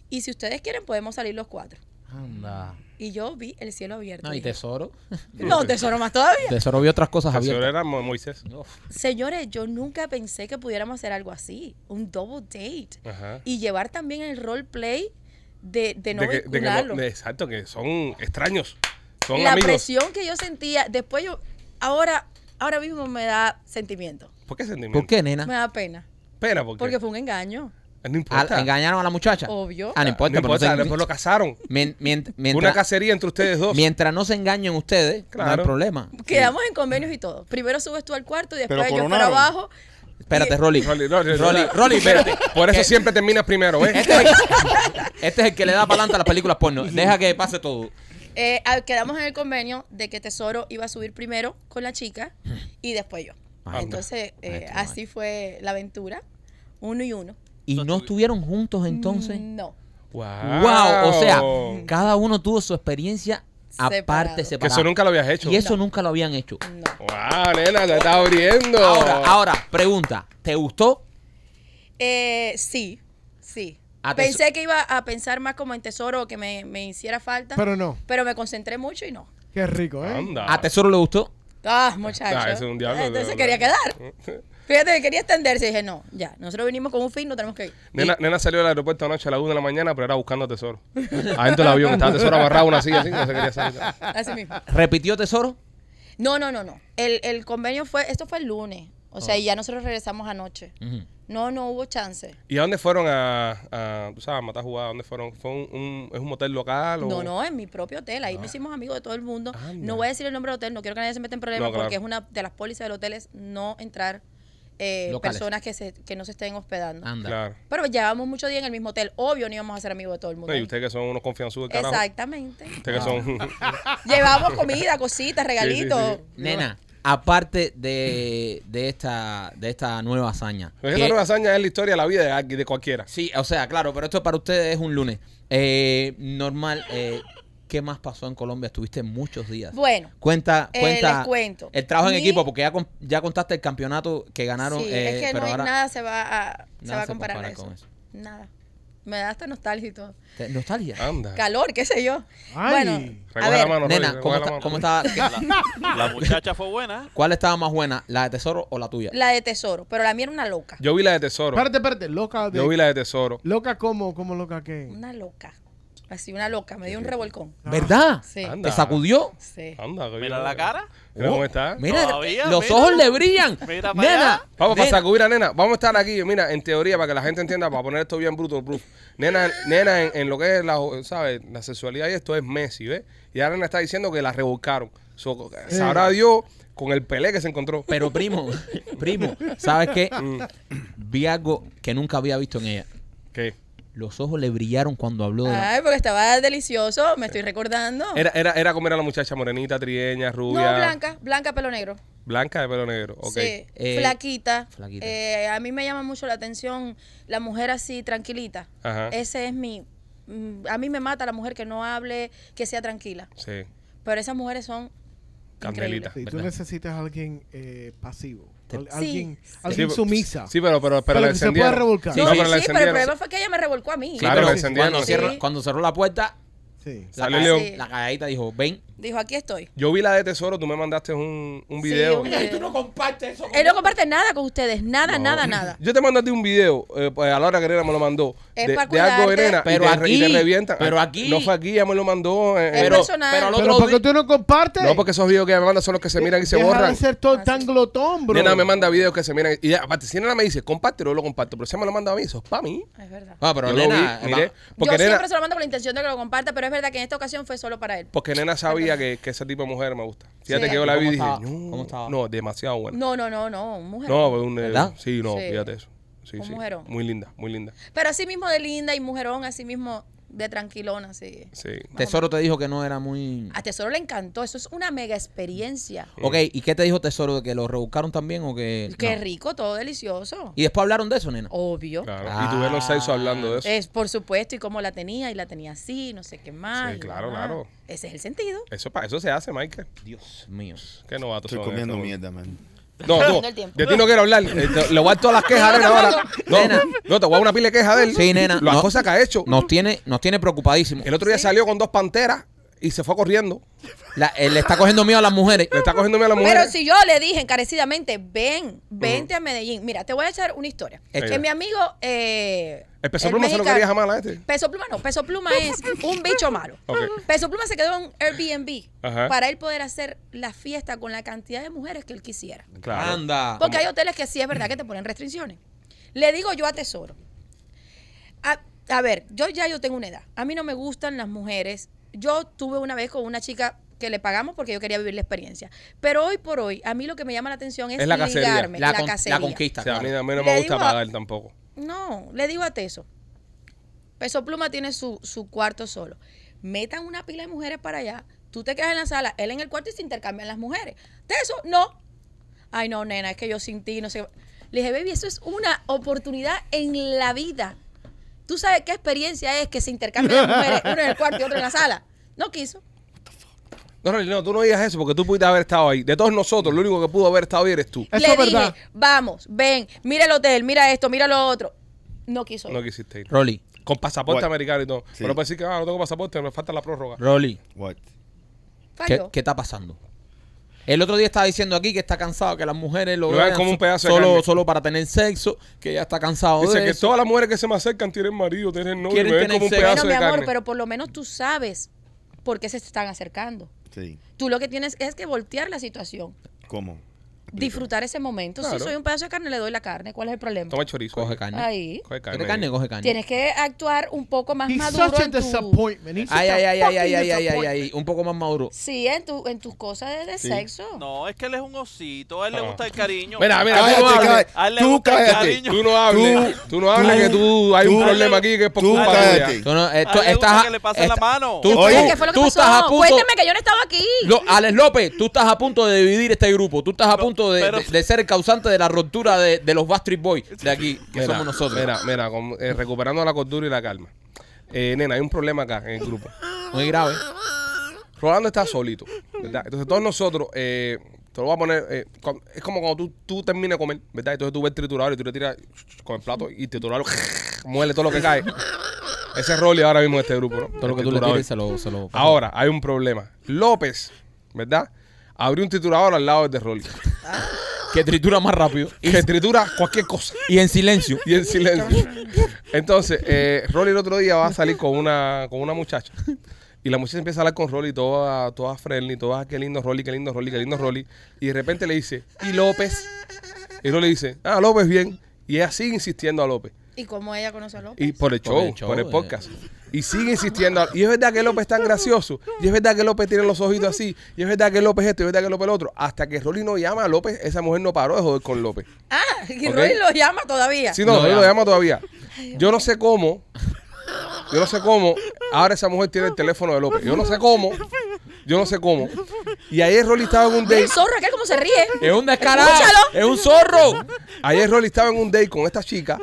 H: Y si ustedes quieren, podemos salir los cuatro.
D: Anda.
H: Y yo vi el cielo abierto.
D: No, y
H: Dije,
D: tesoro.
H: no, tesoro más todavía.
D: tesoro vio otras cosas
C: La señora
D: abiertas.
C: era Mo- Moisés.
D: Uf,
H: Señores, yo nunca pensé que pudiéramos hacer algo así. Un double date.
C: Ajá.
H: y llevar también el role play de, de no
C: De que- de que no-
H: vincularlo.
C: de- exacto, que son extraños. Son
H: la
C: amigos.
H: presión que yo sentía, después yo, ahora, ahora mismo me da sentimiento,
C: ¿Por qué sentimiento?
D: ¿Por qué,
H: me
D: nena?
H: da pena,
C: Pena, porque.
H: porque fue un engaño,
C: no
D: Al-
C: importa.
D: ¿Engañaron a la muchacha?
H: Obvio.
D: Ah, no importa.
C: no
D: pero no
C: importa,
D: se-
C: después lo casaron.
D: Mien- mien-
C: Fue
D: mientras,
C: Una cacería entre ustedes dos.
D: mientras no se engañen ustedes, no
C: Claro.
D: hay problema.
H: quedamos en convenios y todo, primero subes tú al cuarto y después
F: Pero
H: yo para
F: coronaron.
H: abajo,
D: Espérate,
H: Y-
D: Rolly.
C: Rolly, no, no, no,
D: Rolly,
C: no.
D: Rolly, espérate.
C: Por eso
D: Que-
C: siempre terminas primero, ¿eh?
D: Este es, el, este es el que le da para adelante a las películas porno. Deja que pase todo.
H: eh, ah, quedamos en el convenio de que Tesoro iba a subir primero con la chica y después yo,
D: Anda.
H: entonces eh,
D: Maestro,
H: así fue la aventura, uno y uno, Mm,
D: ¿Y no estuvieron juntos entonces?
H: no,
C: wow.
D: Wow, o sea, cada uno tuvo su experiencia aparte
H: Separado.
D: separado.
C: Que eso nunca lo habías hecho.
D: Y eso nunca lo habían hecho.
H: No.
C: Wow, nena, te estás abriendo.
D: Ahora, ahora, pregunta, ¿te gustó?
H: Eh, sí, sí.
D: Ah, te-
H: Pensé que iba a pensar más como en tesoro o que me, me hiciera falta.
E: Pero no.
H: Pero me concentré mucho y no.
E: Qué rico, ¿eh?
C: Anda.
D: ¿A Tesoro le gustó?
H: Ah, muchacho.
C: Ah, ese es un diablo,
H: Entonces
C: de
H: quería
C: verdad. ¿Eh?
H: quedar. Fíjate que quería extenderse. Dije, no, ya. Nosotros vinimos con un fin, no tenemos que ir.
C: Nena, nena salió del aeropuerto anoche a las 1 de la mañana, pero era buscando tesoro. Adentro del avión, estaba tesoro amarrado a una silla así, no se quería salir.
H: Así mismo.
D: ¿Repitió Tesoro?
H: No, no, no, no. El, el convenio fue, esto fue el lunes. O
C: Oh.
H: sea, y ya nosotros regresamos anoche. No, no hubo chance.
C: ¿Y a dónde fueron a, a tú sabes, a matar jugada? ¿A ¿Dónde fueron? ¿Fue un, un- es un motel local o...?
H: No, no, en mi propio hotel. Ahí nos hicimos amigos de todo el mundo.
C: Ah. Anda.
H: No voy a decir el nombre del hotel, no quiero que nadie se meta en problemas
C: No, claro.
H: porque es una de las pólizas del hotel es no entrar eh,
D: Locales.
H: personas que, se, que no se estén hospedando.
D: Anda.
C: Claro.
H: Pero llevamos muchos días en el mismo hotel. Obvio, no íbamos a ser amigos de todo el mundo.
C: No, y ustedes que son unos confianzudos, del carajo.
H: Exactamente.
D: Ah.
C: Ustedes que son...
H: Llevamos comida, cositas, regalitos.
C: Sí, sí,
D: Nena, aparte de, de esta de esta nueva hazaña.
C: Pero
D: que-
C: esa nueva hazaña es la historia de la vida de alguien, de cualquiera.
D: Sí, o sea, claro, pero esto para ustedes es un lunes. Eh, normal, eh, ¿qué más pasó en Colombia? Estuviste muchos días.
H: Bueno,
D: Cuenta,
H: eh,
D: cuenta.
H: les cuento.
D: El trabajo en
H: Mi-
D: equipo, porque ya, con- ya contaste el campeonato que ganaron.
H: sí,
D: eh,
H: es que
D: pero
H: no hay
D: ahora
H: nada se va a, se
D: nada
H: va a
D: se
H: comparar a
D: compara
H: eso.
D: con eso.
H: Nada. Me da hasta nostalgia y todo.
D: te- Nostalgia.
C: Anda.
H: Calor, qué sé yo.
E: Ay.
H: Bueno, a
C: Recoge
H: ver,
C: la mano, Rolly,
D: Nena,
C: recoge
D: ¿cómo,
C: la
D: está-
C: mano.
D: cómo estaba-
G: La muchacha fue buena.
D: ¿Cuál estaba más buena, la de Tesoro o la tuya?
H: la de tesoro, pero la mía era una loca.
C: Yo vi la de tesoro.
E: Espérate, espérate. Loca de...
C: Yo vi la de tesoro.
E: Loca como, como loca que...
H: Una loca. Así, una loca. Me dio un revolcón.
D: ¿Verdad?
H: Sí.
C: Anda.
D: ¿Te sacudió?
H: Sí.
C: Anda, que
G: Mira
C: yo-
G: la cara.
C: Mira
H: Oh,
C: cómo está.
D: Mira,
G: Todavía,
D: los
G: mira.
D: ojos le brillan.
G: Mira para
D: Nena,
G: allá.
C: Vamos para
D: nena,
C: sacudir a nena. Vamos a estar aquí, mira, en teoría, para que la gente entienda, para poner esto bien bruto proof. Nena, nena en, en lo que es la, ¿sabes? la sexualidad y esto es Messi, ¿ves? Y ahora nena está diciendo que la revolcaron. So, sabrá Dios con el Pelé que se encontró. Mm,
D: Pero primo, primo, ¿sabes qué? Vi algo que nunca había visto en ella.
C: ¿Qué?
D: Los ojos le brillaron cuando habló de la...
H: Ay, porque estaba delicioso. Me estoy recordando.
C: Era, era, era como era la muchacha morenita, trieña,
H: no,
C: rubia.
H: blanca. Blanca, pelo negro.
C: Blanca de pelo negro. Ok.
H: Sí.
D: Eh,
H: flaquita.
D: flaquita.
H: Eh, a mí me llama mucho la atención la mujer así, tranquilita.
C: Ajá.
H: Ese es mi... mm, A mí me mata la mujer que no hable, que sea tranquila.
C: Sí.
H: Pero esas mujeres son...
C: Candelita.
E: Sí, tú
D: ¿Verdad?
E: necesitas a alguien eh, pasivo. Al-
H: Sí.
E: alguien
H: Sí,
E: alguien
C: Sí,
E: sumisa.
C: Sí, pero, pero, pero,
E: Pero
C: la
E: que se pueda
C: encendieron.
E: revolcar.
C: No, pero la
H: Sí, sí, pero el
C: encendieron.
H: problema fue que ella me revolcó a mí.
C: Claro, la
E: pero
C: encendieron.
D: Cuando,
H: Sí.
D: cierra- cuando cerró la puerta,
E: Sí.
D: la,
C: Salió
D: ca-
C: León.
H: Sí.
D: la cagadita dijo, ven.
H: Dijo, aquí estoy.
C: Yo vi la de Tesoro, tú me mandaste un, un
H: Sí,
C: video.
H: un video. Tú no
D: compartes eso.
H: Él no comparte nada con ustedes. Nada, nada, nada.
C: Yo te mandé a ti un video, eh, pues, a la hora que Nena me lo mandó.
H: Es
C: de,
H: pa'
C: de algo de
H: cuidarte.
C: Nena.
D: Pero
C: y te, re- y te
D: aquí,
C: revientan.
D: pero
C: Ah,
D: aquí.
C: No fue aquí, ya me lo mandó. eh,
H: Es
C: pero-
H: personal.
D: Pero al
E: Pero
D: otro
E: ¿por qué
D: día...
E: tú no compartes?
C: no, porque esos videos que ella me manda son los que se miran y se borran.
E: de ser todo
H: Ah,
E: tan
H: sí.
E: glotón, bro.
C: Nena me manda videos que se miran. Y ya, aparte, si Nena me dice, compártelo, yo lo comparto. Pero si ella me lo manda a mí, eso es para mí.
H: Es verdad.
D: Ah, pero
C: Yo lo
D: nena,
C: vi, miré,
D: va-
C: porque,
H: Yo
C: nena,
H: siempre se lo mando con la intención de que lo comparta, pero es verdad que en esta ocasión fue solo para él.
C: porque Nena sabía que, que ese tipo de mujer me gusta. Fíjate
H: Sí.
C: que yo la vi
D: ¿Cómo
C: y dije,
D: estaba?
C: no,
D: ¿Cómo estaba?
C: no, demasiado buena.
H: No, no, no, no, mujer.
C: No, un, eh,
D: ¿Verdad?
C: sí, no,
H: Sí.
C: fíjate eso. Sí,
H: Un
C: sí.
H: mujerón.
C: Muy linda, muy linda.
H: Pero así mismo de linda y mujerón, así mismo de tranquilona, sí.
C: Sí.
D: Tesoro te dijo que no era muy...
H: A Tesoro le encantó, eso es una mega experiencia.
D: Ok, ¿y qué te dijo Tesoro? ¿De que lo rebuscaron también o que...?
H: Qué
D: no?
H: rico, todo delicioso.
D: ¿Y después hablaron de eso, nena?
H: Obvio.
C: Claro.
D: Ah.
C: Y tuvieron sexo hablando de eso.
H: Es por supuesto, y cómo la tenía, y la tenía así, no sé qué más.
C: Sí,
H: y
C: claro,
H: más.
C: claro.
H: Ese es el sentido.
C: Eso para eso se hace, Michael.
D: Dios mío.
C: Qué novato.
F: Estoy comiendo mierda, man.
C: No, no.
H: Perdiendo el tiempo.
C: De ti no quiero hablar. Eh, te- Le voy a dar todas las quejas a Nena ahora. No,
D: Nena.
C: no, te voy a dar una pila de quejas de él.
D: Sí, nena,
C: Las
D: no.
C: cosas que ha hecho.
D: Nos tiene, nos tiene preocupadísimos.
C: El otro día salió con dos panteras y se fue corriendo.
D: La- él le está cogiendo miedo a las mujeres.
C: Le está cogiéndome a la mujer.
H: Pero si yo le dije encarecidamente, ven, vente a Medellín. Mira, te voy a echar una historia.
C: Echa.
H: Que mi amigo. Eh,
C: El peso
H: el
C: pluma se lo
H: mexicano-
C: quería jamás a este.
H: Peso pluma no, peso pluma es un bicho malo.
C: Ok.
H: Peso pluma se quedó en un Airbnb
C: Ajá.
H: para él poder hacer la fiesta con la cantidad de mujeres que él quisiera.
C: Claro.
D: Anda.
H: Porque hay hoteles que sí es verdad que te ponen restricciones. Le digo yo a Tesoro. A, a ver, yo ya yo tengo una edad. A mí no me gustan las mujeres. Yo tuve una vez con una chica que le pagamos porque yo quería vivir la experiencia. Pero hoy por hoy, a mí lo que me llama la atención es,
C: Es la cacería.
H: ligarme,
D: la,
H: la,
D: con- la
H: cacería.
D: conquista.
C: O sea, a mí,
D: claro.
C: a mí no
H: Le
C: me gusta
H: digo-
C: pagar tampoco.
H: No, le digo a Teso. Peso Pluma tiene su, su cuarto solo. Metan una pila de mujeres para allá. Tú te quedas en la sala, él en el cuarto y se intercambian las mujeres. Teso, no. Ay, no, nena, es que yo sin ti, no sé. Le dije, baby, eso es una oportunidad en la vida. ¿Tú sabes qué experiencia es que se intercambian las mujeres? Una en el cuarto y otra en la sala. No quiso.
C: No, no, no, tú no digas eso porque tú pudiste haber estado ahí. De todos nosotros, lo único que pudo haber estado ahí eres tú.
E: Eso
H: Le
E: es verdad.
H: dije, vamos, ven, mira el hotel, mira esto, mira lo otro. No quiso.
C: No quisiste ir.
D: Rolly,
C: Con pasaporte
F: What?
C: americano y todo.
F: Sí.
C: Pero para decir que ah, no tengo pasaporte, me falta la prórroga.
D: Rolly,
F: What?
D: ¿qué,
H: Falló.
D: qué está pasando? El otro día estaba diciendo aquí que está cansado, que las mujeres lo
C: Lo vean
D: vean
C: como un pedazo de
D: solo,
C: carne.
D: solo para tener sexo, que ya está cansado
C: Dice
D: de
C: que
D: eso.
C: todas las mujeres que se me acercan tienen marido, tienen novio,
D: Quieren
C: me ven
D: tener
C: como un
D: sexo.
C: pedazo
H: Bueno, mi
C: este de
H: amor,
C: carne.
H: pero por lo menos tú sabes por qué se están acercando.
F: Sí.
H: Tú lo que tienes es que voltear la situación,
F: ¿Cómo?
H: disfrutar ese momento.
C: Claro.
H: Si soy un pedazo de carne, le doy la carne. ¿Cuál es el problema?
C: Toma chorizo.
D: Coge
C: Coge
D: carne.
H: Ahí.
C: Coge carne.
D: Coge carne, coge carne.
H: Tienes que actuar un poco más
E: He's
H: maduro.
E: such a
H: en tu-
E: disappointment. He's
D: Ay,
E: such a
D: ay, ay, ay,
E: fucking
D: ay, ay, ay, ay,
E: disappointment.
D: ay, un poco más maduro.
H: Sí, en, tu, en tus cosas de, de
F: Sí.
H: sexo.
G: No, es que él es un osito, a él le
C: Ah.
G: gusta el cariño.
C: Mira, mira,
F: Cállate,
C: tú no hables.
F: cállate.
G: A él le
F: Tú
G: gusta el
F: cállate.
G: cariño.
C: Tú no hables. Tú, no hables que tú hay un
F: tú-
C: problema aquí que es por
F: tú
C: culpa
F: cállate.
C: tuya.
D: Tú no, eh, tú
G: A él le gusta
D: estás a-
G: que le pasen la
D: esta-
G: mano.
D: Tú,
F: Oye,
H: ¿Qué fue lo que
D: tú
H: pasó?
D: estás a punto.
H: Cuéntame que yo no estaba aquí.
D: Lo- Alex López, tú estás a punto de dividir este grupo. Tú estás a punto de,
G: pero-
D: de- de ser el causante de la ruptura de, de los Backstreet Boys de aquí, que
C: Mira,
D: somos nosotros.
C: Mira, mira, con- eh, recuperando la cordura y la calma. Eh, nena, hay un problema acá en el grupo.
D: Muy grave.
C: Rolando está solito, ¿verdad? Entonces todos nosotros, eh, te lo voy a poner, eh, con- es como cuando tú, tú terminas de comer, ¿verdad? Entonces tú ves el triturador y tú le tiras con el plato y el triturador muele todo lo que cae. Ese es Rolly ahora mismo de este grupo, ¿no?
D: Todo lo que
C: El
D: tú le
C: triturador.
D: tires se lo. Se lo
C: Ahora, hay un problema. López, ¿verdad? Abrió un triturador al lado del de Rolly.
D: que tritura más rápido. Y,
C: Que tritura cualquier cosa.
D: y en silencio.
C: Y en silencio. Entonces, eh, Rolly el otro día va a salir con una, con una muchacha. Y la muchacha empieza a hablar con Rolly, toda, toda friendly, toda, "Ah, qué lindo Rolly, qué lindo Rolly, qué lindo Rolly. Y de repente le dice, ¿y López? Y Rolly dice, ah, López bien. Y ella sigue insistiendo a López.
H: ¿Y cómo ella conoce a López?
C: Y por el
D: Por
C: show, por
D: el
C: el,
D: show, eh.
C: podcast. Y sigue insistiendo. Y es verdad que López es tan gracioso. Y es verdad que López tiene los ojitos así. Y es verdad que López esto, y es verdad que López lo otro. Hasta que Rolly no llama a López, esa mujer no paró de joder con López.
H: Ah, y
C: Ok.
H: Rolly lo llama todavía.
C: Sí, no,
D: No
C: Rolly lo
D: llama.
C: llama todavía. Yo no sé cómo. Yo no sé cómo. Ahora esa mujer tiene el teléfono de López. Yo no sé cómo. Yo no sé cómo. Y ayer Rolly estaba en un
H: Ve
C: date.
H: el zorro aquel cómo se ríe.
D: Es un descarado.
H: Escúchalo.
D: Es un zorro.
C: Ayer Rolly estaba en un date con esta chica.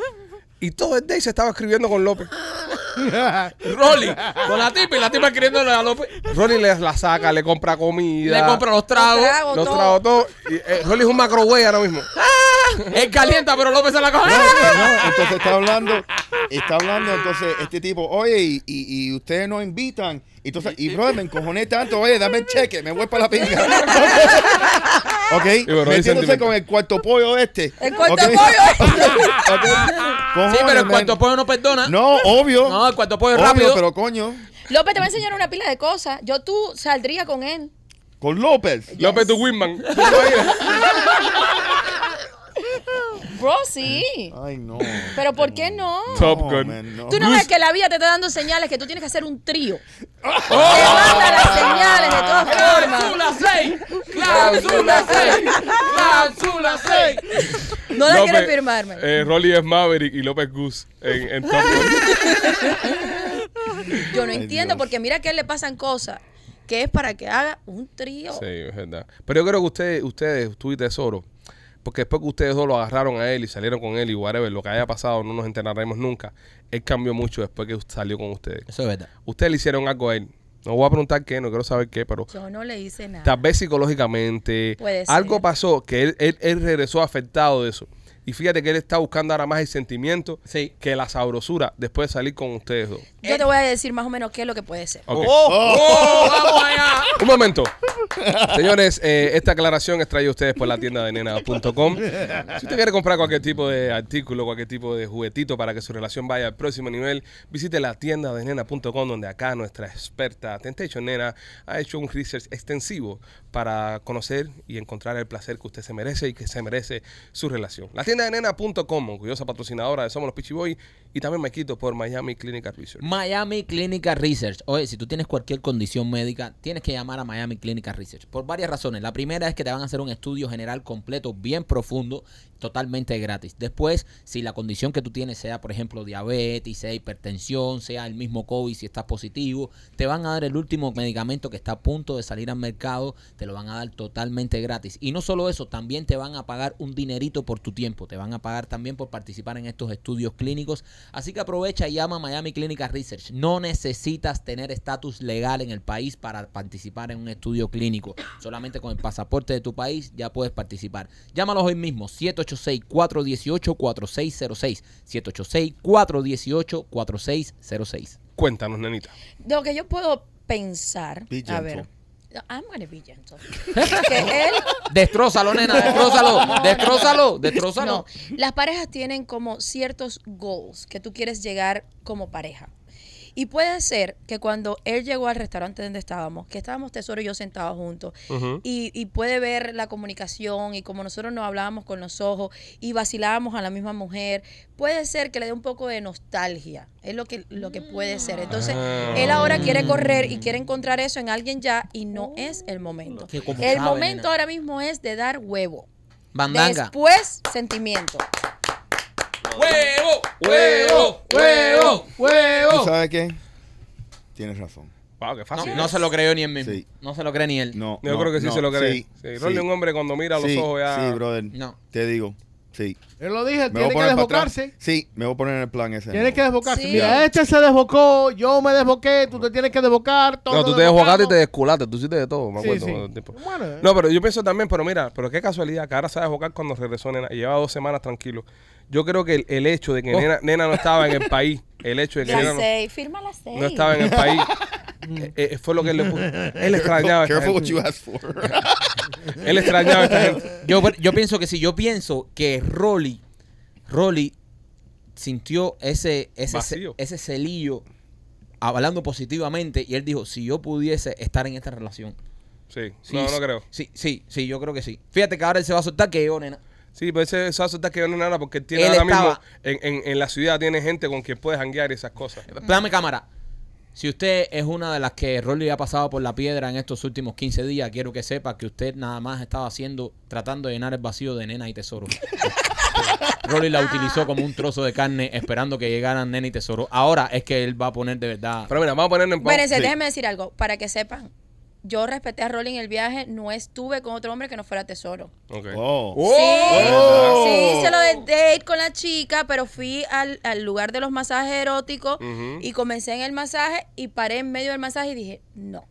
C: Y todo el date se estaba escribiendo con López.
D: Rolly. Con la tipa y la tipa queriéndole a López.
C: Rolly le la saca, le compra comida.
D: Le compra los tragos.
H: Los tragos.
C: Los
H: todo.
C: trago todo. Y, eh, Rolly es un macroway ahora mismo.
D: Él calienta, pero López se la coge.
F: No, no, entonces está hablando, está hablando entonces este tipo, oye, y, y, y ustedes no invitan. Entonces, y bro, me encojoné tanto, oye, dame el cheque, me voy para la pinga.
C: bueno,
F: ok,
C: hay
F: metiéndose
C: sentimiento.
F: con el cuarto pollo este.
H: El cuarto
F: Ok.
H: pollo.
F: Ok,
D: Sí,
F: cojones,
D: pero el
F: man.
D: cuarto pollo no perdona. No,
F: No, obvio.
D: el cuarto pollo es
F: Obvio,
D: rápido.
F: pero coño.
H: López te va a enseñar una pila de cosas. Yo tú saldría con él.
F: Con López.
C: López tu Winman.
H: Bro, sí.
F: Ay, no.
H: Pero ¿por qué no?
C: Top Gun.
F: man, no.
H: Tú no ves que la vida te está dando señales que tú tienes que hacer un trío. Te manda las señales de todas formas.
D: Cláusula 6. Cláusula 6. Cláusula 6.
H: No la
C: López,
H: quieres firmarme.
C: eh, Rolly es Maverick y López Goose en, en Top Gun.
H: Yo no
F: Ay,
H: entiendo
F: Dios.
H: porque mira que a él le pasan cosas que es para que haga un trío.
C: Sí, es verdad. Pero yo creo que ustedes, ustedes, tú y Tesoro, porque después que ustedes dos lo agarraron a él y salieron con él y whatever, lo que haya pasado no nos enteraremos nunca. Él cambió mucho después que salió con ustedes.
D: Eso es verdad.
C: Ustedes le hicieron algo a él. No voy a preguntar qué, no quiero saber qué, pero
H: Yo no le hice nada.
C: Tal vez psicológicamente.
H: Puede ser.
C: Algo pasó que él, él- él regresó afectado de eso. Y fíjate que él está buscando ahora más el sentimiento
D: Sí.
C: que la sabrosura después de salir con ustedes dos.
H: Yo te voy a decir más o menos qué es lo que puede ser.
C: Ok.
D: ¡Oh! ¡Vamos allá!
C: Un momento. Señores, eh, esta aclaración es traída a ustedes por la tienda de nena.com. Si usted quiere comprar cualquier tipo de artículo, cualquier tipo de juguetito para que su relación vaya al próximo nivel, visite la tienda de nena.com donde acá nuestra experta Temptation Nena ha hecho un research extensivo para conocer y encontrar el placer que usted se merece y que se merece su relación. La tienda de nena.com, orgullosa patrocinadora de Somos los Pichi Boy y también me quito por Miami Clinical Research.
D: Miami Clinical Research. Oye, si tú tienes cualquier condición médica, tienes que llamar a Miami Clinical Research. Por varias razones. La primera es que te van a hacer un estudio general completo, bien profundo, totalmente gratis. Después, si la condición que tú tienes sea, por ejemplo, diabetes, sea hipertensión, sea el mismo COVID, si estás positivo, te van a dar el último medicamento que está a punto de salir al mercado, te lo van a dar totalmente gratis. Y no solo eso, también te van a pagar un dinerito por tu tiempo. Te van a pagar también por participar en estos estudios clínicos. Así que aprovecha y llama a Miami Clinical Research. No necesitas tener estatus legal en el país para participar en un estudio clínico. Solamente con el pasaporte de tu país ya puedes participar. Llámalos hoy mismo, 786-418-4606. 786-418-4606.
C: Cuéntanos, nenita.
H: Lo que yo puedo pensar,
F: Be
H: a
F: gentle.
H: ver. I'm gonna be gentle. que él
D: Destrózalo, nena, destrózalo, destrózalo,
H: No,
D: destrózalo.
H: las parejas tienen como ciertos goals que tú quieres llegar como pareja. Y puede ser que cuando él llegó al restaurante donde estábamos, que estábamos Tesoro y yo sentados juntos, y, y puede ver la comunicación y como nosotros nos hablábamos con los ojos y vacilábamos a la misma mujer, puede ser que le dé un poco de nostalgia. Es lo que, lo que puede ser. Entonces, él ahora quiere correr y quiere encontrar eso en alguien ya y no es el momento.
D: Que como
H: El
D: sabe,
H: momento
D: nena.
H: ahora mismo es de dar huevo.
D: Mandanga.
H: Después, sentimiento.
I: ¡Huevo! ¡Huevo! ¡Huevo!
F: ¿Tú sabes qué? Tienes razón.
C: Wow, qué
D: No,
C: fácil.
D: no se lo creyó ni él mismo.
F: Sí.
D: No se lo cree ni él.
F: No.
C: Yo
F: no,
C: creo que sí
F: no,
C: se lo cree. Sí, Rolly,
F: sí,
C: un hombre cuando mira a los
F: sí,
C: ojos ya.
F: Sí, brother.
D: No.
F: Te digo. Sí.
E: Él lo dije,
F: Me voy
E: tiene
F: a
E: que
F: poner para atrás.
E: desbocarse.
F: Sí, me voy a poner en el plan ese.
E: Tiene que desbocarse.
H: Sí.
E: Mira, este se desbocó, yo me desboqué, tú te tienes que desbocar. Todo
C: no, tú te desbocaste y te desculaste. Tú hiciste de todo, me
E: Sí,
C: acuerdo.
E: sí.
C: todo el tiempo.
E: Bueno, eh.
C: No, pero yo pienso también, pero mira, pero qué casualidad que ahora sabe jugar cuando regresó Nena. Y lleva dos semanas tranquilo. Yo creo que el, el hecho de
F: Oh.
C: que nena, Nena no estaba en el país, el hecho de que Nena
H: La
C: no,
H: seis, firma la seis.
C: no estaba en el país, eh, eh, fue lo que él le puso. Él extrañaba. a esta
F: Careful what
C: gente.
F: you ask for.
C: Él extrañaba a esta gente.
D: Yo, yo pienso que sí, yo pienso que Rolly, Rolly sintió ese, ese,
C: Vacío.
D: ese celillo hablando positivamente y él dijo, si yo pudiese estar en esta relación.
C: Sí,
D: Sí,
C: no,
D: sí,
C: no creo.
D: Sí, sí, sí, yo creo que sí. Fíjate que ahora él se va a soltar que yo, nena.
C: Sí, pero ese sazo está que yo no nada porque él tiene
D: Él
C: ahora mismo
D: estaba-
C: en, en, en la ciudad tiene gente con quien puedes hanguear y esas cosas.
D: Dame cámara. Si usted es una de las que Rolly ha pasado por la piedra en estos últimos 15 días, quiero que sepa que usted nada más estaba haciendo, tratando de llenar el vacío de nena y tesoro. Rolly la utilizó como un trozo de carne esperando que llegaran nena y tesoro. Ahora es que él va a poner de verdad.
C: Pero mira, vamos a ponernos en pausa.
H: Espérense, déjenme decir algo, para que sepan. Yo respeté a Rolly en el viaje, no estuve con otro hombre que no fuera tesoro.
C: Ok.
F: Oh.
H: Sí,
F: Oh.
H: sí, hice lo de date con la chica, pero fui al, al lugar de los masajes eróticos
C: Ujú.
H: y comencé en el masaje y paré en medio del masaje y dije, no.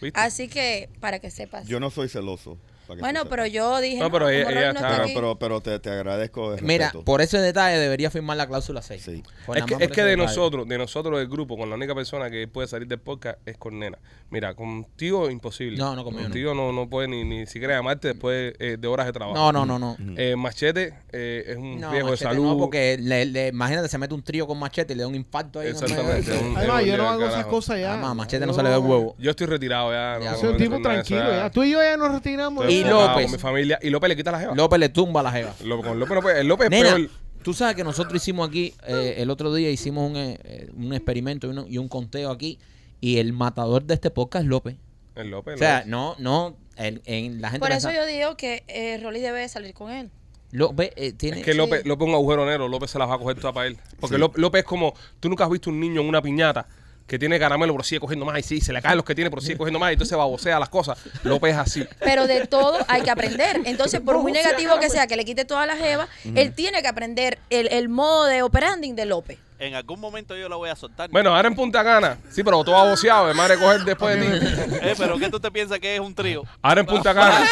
C: ¿Viste?
H: Así que, para que sepas.
F: Yo no soy celoso. para que
H: bueno,
F: tú
H: pero
F: sepas.
H: yo dije,
C: No,
H: no,
C: pero
H: como
C: ella-
H: Rolly
C: ella
H: no
C: está-
H: está
F: Pero,
H: aquí".
F: pero, pero te, te agradezco el
D: Mira,
F: respeto.
D: por ese detalle debería firmar la cláusula 6.
F: Sí.
C: Es que, es que de nosotros, de nosotros del grupo, con la única persona que puede salir del podcast es con Nena. Mira, contigo imposible.
D: No, no, conmigo no.
C: Contigo no, no puede ni, ni siquiera llamarte después eh, de horas de trabajo.
D: No, no, no, no.
E: Mm.
C: Eh, machete eh, es un
D: No,
C: riesgo de
D: Machete
C: salud.
D: no, porque le- le- imagínate, se mete un trío con machete y le da un impacto ahí. en el medio.
C: Exactamente. un-
E: Además,
C: un
E: yo no hago
C: carajo.
E: esas cosas ya.
D: Además, Ah, machete no se le ve el huevo.
C: Yo estoy retirado ya.
D: Ya,
E: Yo Soy un tipo
C: nada de eso,
E: tranquilo ya. Tú y yo ya nos retiramos.
C: Estoy
D: Y
E: ya.
C: enfocado
D: López.
C: con Mi familia. Y López le quita la jeva.
D: López le tumba la jeva.
C: Lo- con López, no puede- el López es
D: Nena,
C: peor.
D: tú sabes que nosotros hicimos aquí, eh, el otro día hicimos un, eh, eh, un experimento y, uno- y un conteo aquí, y el matador de este podcast es López.
C: El López.
D: O sea,
C: López.
D: no, no, el- en la gente
H: Por eso
D: piensa,
H: yo digo que eh, Rolly debe de salir con él.
D: López eh, tiene...
C: Es que López, López es un agujero negro, López se las va a coger todas para él. Porque Ló- López es como, tú nunca has visto un niño en una piñata que tiene caramelo pero sigue cogiendo más y sí, se le caen los que tiene pero sigue cogiendo más y entonces babosea las cosas. López es así.
H: Pero de todo hay que aprender. Entonces, por muy negativo que sea que le quite toda la jeva, él tiene que aprender el, el modo de operanding de López.
G: En algún momento yo la voy a soltar.
C: Bueno, ahora en Punta Cana, sí, pero todo baboseado, de madre coger después de ti.
G: Eh, pero ¿qué tú te piensas que es un trío?
C: Ahora en Punta Cana.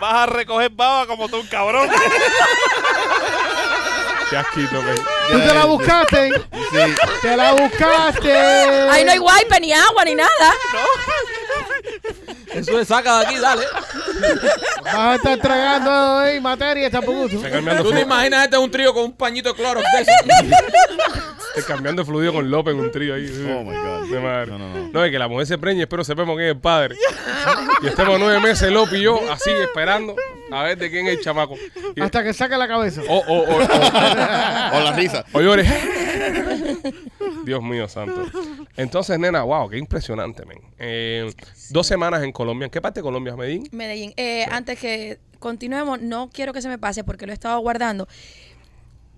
G: Vas a recoger baba como tú, un cabrón.
C: Qué asquito, güey.
E: Tú te la buscaste.
F: Sí.
E: Te la buscaste.
H: Ahí no hay wipe, ni agua, ni nada.
D: Eso es, saca de aquí, dale.
E: Vas a estar tragando eh, materia, está por gusto.
C: Estoy cambiando,
D: Tú te
C: fluido,
D: imaginas este es un trío con un pañito de cloro. de eso?
C: estoy cambiando fluido con López en un trío ahí.
F: Oh my God.
C: De madre.
F: No, no, no.
C: es que la mujer se preñe, espero sepamos quién es el padre. Y estemos nueve meses, López y yo, así esperando a ver de quién es el chamaco. Oh, Y-
E: Hasta que saca la cabeza.
C: o- o- o- o-
F: O la risa.
C: O llores. Dios mío santo. Entonces, nena, wow, qué impresionante, men. Eh, Dos semanas en Colombia. ¿En qué parte de Colombia es Medellín?
H: Medellín, eh, antes que continuemos, no quiero que se me pase porque lo he estado guardando.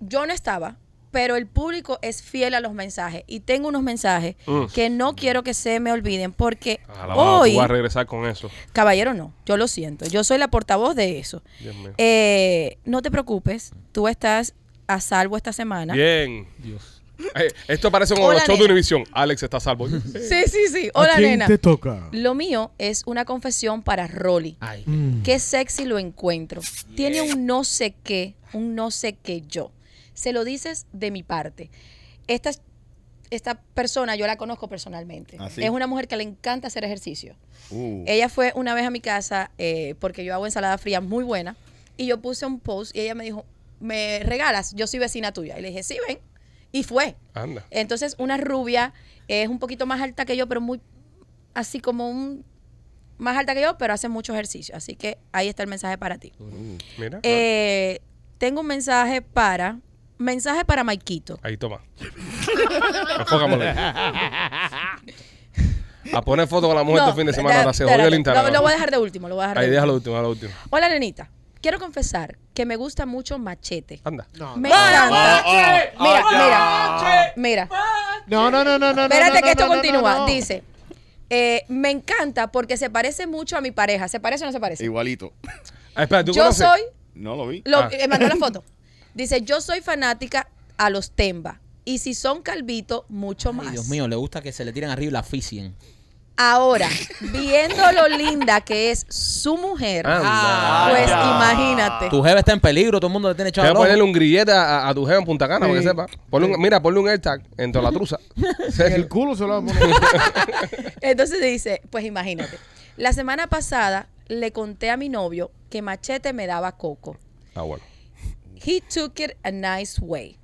H: Yo no estaba, pero el público es fiel a los mensajes y tengo unos mensajes
C: Mm.
H: que no quiero que se me olviden porque
C: Alabado,
H: hoy,
C: tú vas Ah, a regresar con eso.
H: caballero, no, yo lo siento, yo soy la portavoz de eso.
C: Dios mío.
H: Eh, no te preocupes, tú estás a salvo esta semana.
C: Bien. Eh, esto parece como
H: Hola,
C: los shows de
H: nena.
C: Univision. Alex está a salvo.
H: Sí, sí, sí.
E: ¿A
H: Hola,
E: quién
H: nena.
E: te toca?
H: Lo mío es una confesión para Rolly.
E: Ah.
D: Ay,
E: Mm.
H: Qué sexy lo encuentro. Tiene un no sé qué, un no sé qué yo. Se lo dices de mi parte. Esta, esta persona yo la conozco personalmente.
F: ¿Ah, sí?
H: Es una mujer que le encanta hacer ejercicio.
F: Uh.
H: Ella fue una vez a mi casa eh, porque yo hago ensalada fría muy buena y yo puse un post y ella me dijo, me regalas, yo soy vecina tuya. Y le dije, sí, ven. Y fue.
C: Anda.
H: Entonces, una rubia es un poquito más alta que yo, pero muy así como un más alta que yo, pero hace mucho ejercicio. Así que ahí está el mensaje para ti.
C: Mira.
H: Eh, tengo un mensaje para mensaje para Maikito.
C: Ahí, toma. Enfócamoslo. ahí. A poner foto con la mujer
H: No,
C: este fin de semana.
H: da-
C: ahora se
H: espérate,
C: jodió el Instagram.
H: Lo, lo voy a dejar de último, lo voy a dejar.
C: Ahí,
H: de
C: déjalo
H: último.
C: último, déjalo último.
H: Hola, nenita. Quiero confesar que me gusta mucho Machete.
C: Anda.
H: Me encanta. Mira,
C: Ah,
H: mira, mira.
E: No, no, no, no, no. no,
H: Espérate
E: no,
H: que esto
E: no, no,
H: continúa.
E: no, no.
H: Dice, eh, me encanta porque se parece mucho a mi pareja. ¿Se parece o no se parece?
F: Igualito.
C: Ah, espera, ¿tú
H: Yo
C: conoces?
H: soy,
F: No lo vi.
H: lo,
C: Ah.
H: eh, mandó la foto. Dice, yo soy fanática a los Temba. Y si son calvito, mucho más.
D: Dios mío, le gusta que se le tiren arriba y la asfixien.
H: Ahora, viendo lo linda que es su mujer,
C: Anda.
H: pues
G: Ah.
H: imagínate.
D: Tu jefe está en peligro, todo el mundo le tiene echado
C: Te
D: el
C: voy a
D: ojo.
C: ponerle un grillete a, a tu jefe en Punta Cana, para que
E: Sí.
C: sepa. Ponle un- mira, ponle un AirTag entre la truza.
E: En el culo se lo vamos a poner.
H: Entonces dice, pues imagínate. La semana pasada le conté a mi novio que Machete me daba coco.
C: ah, bueno.
H: He took it a nice way.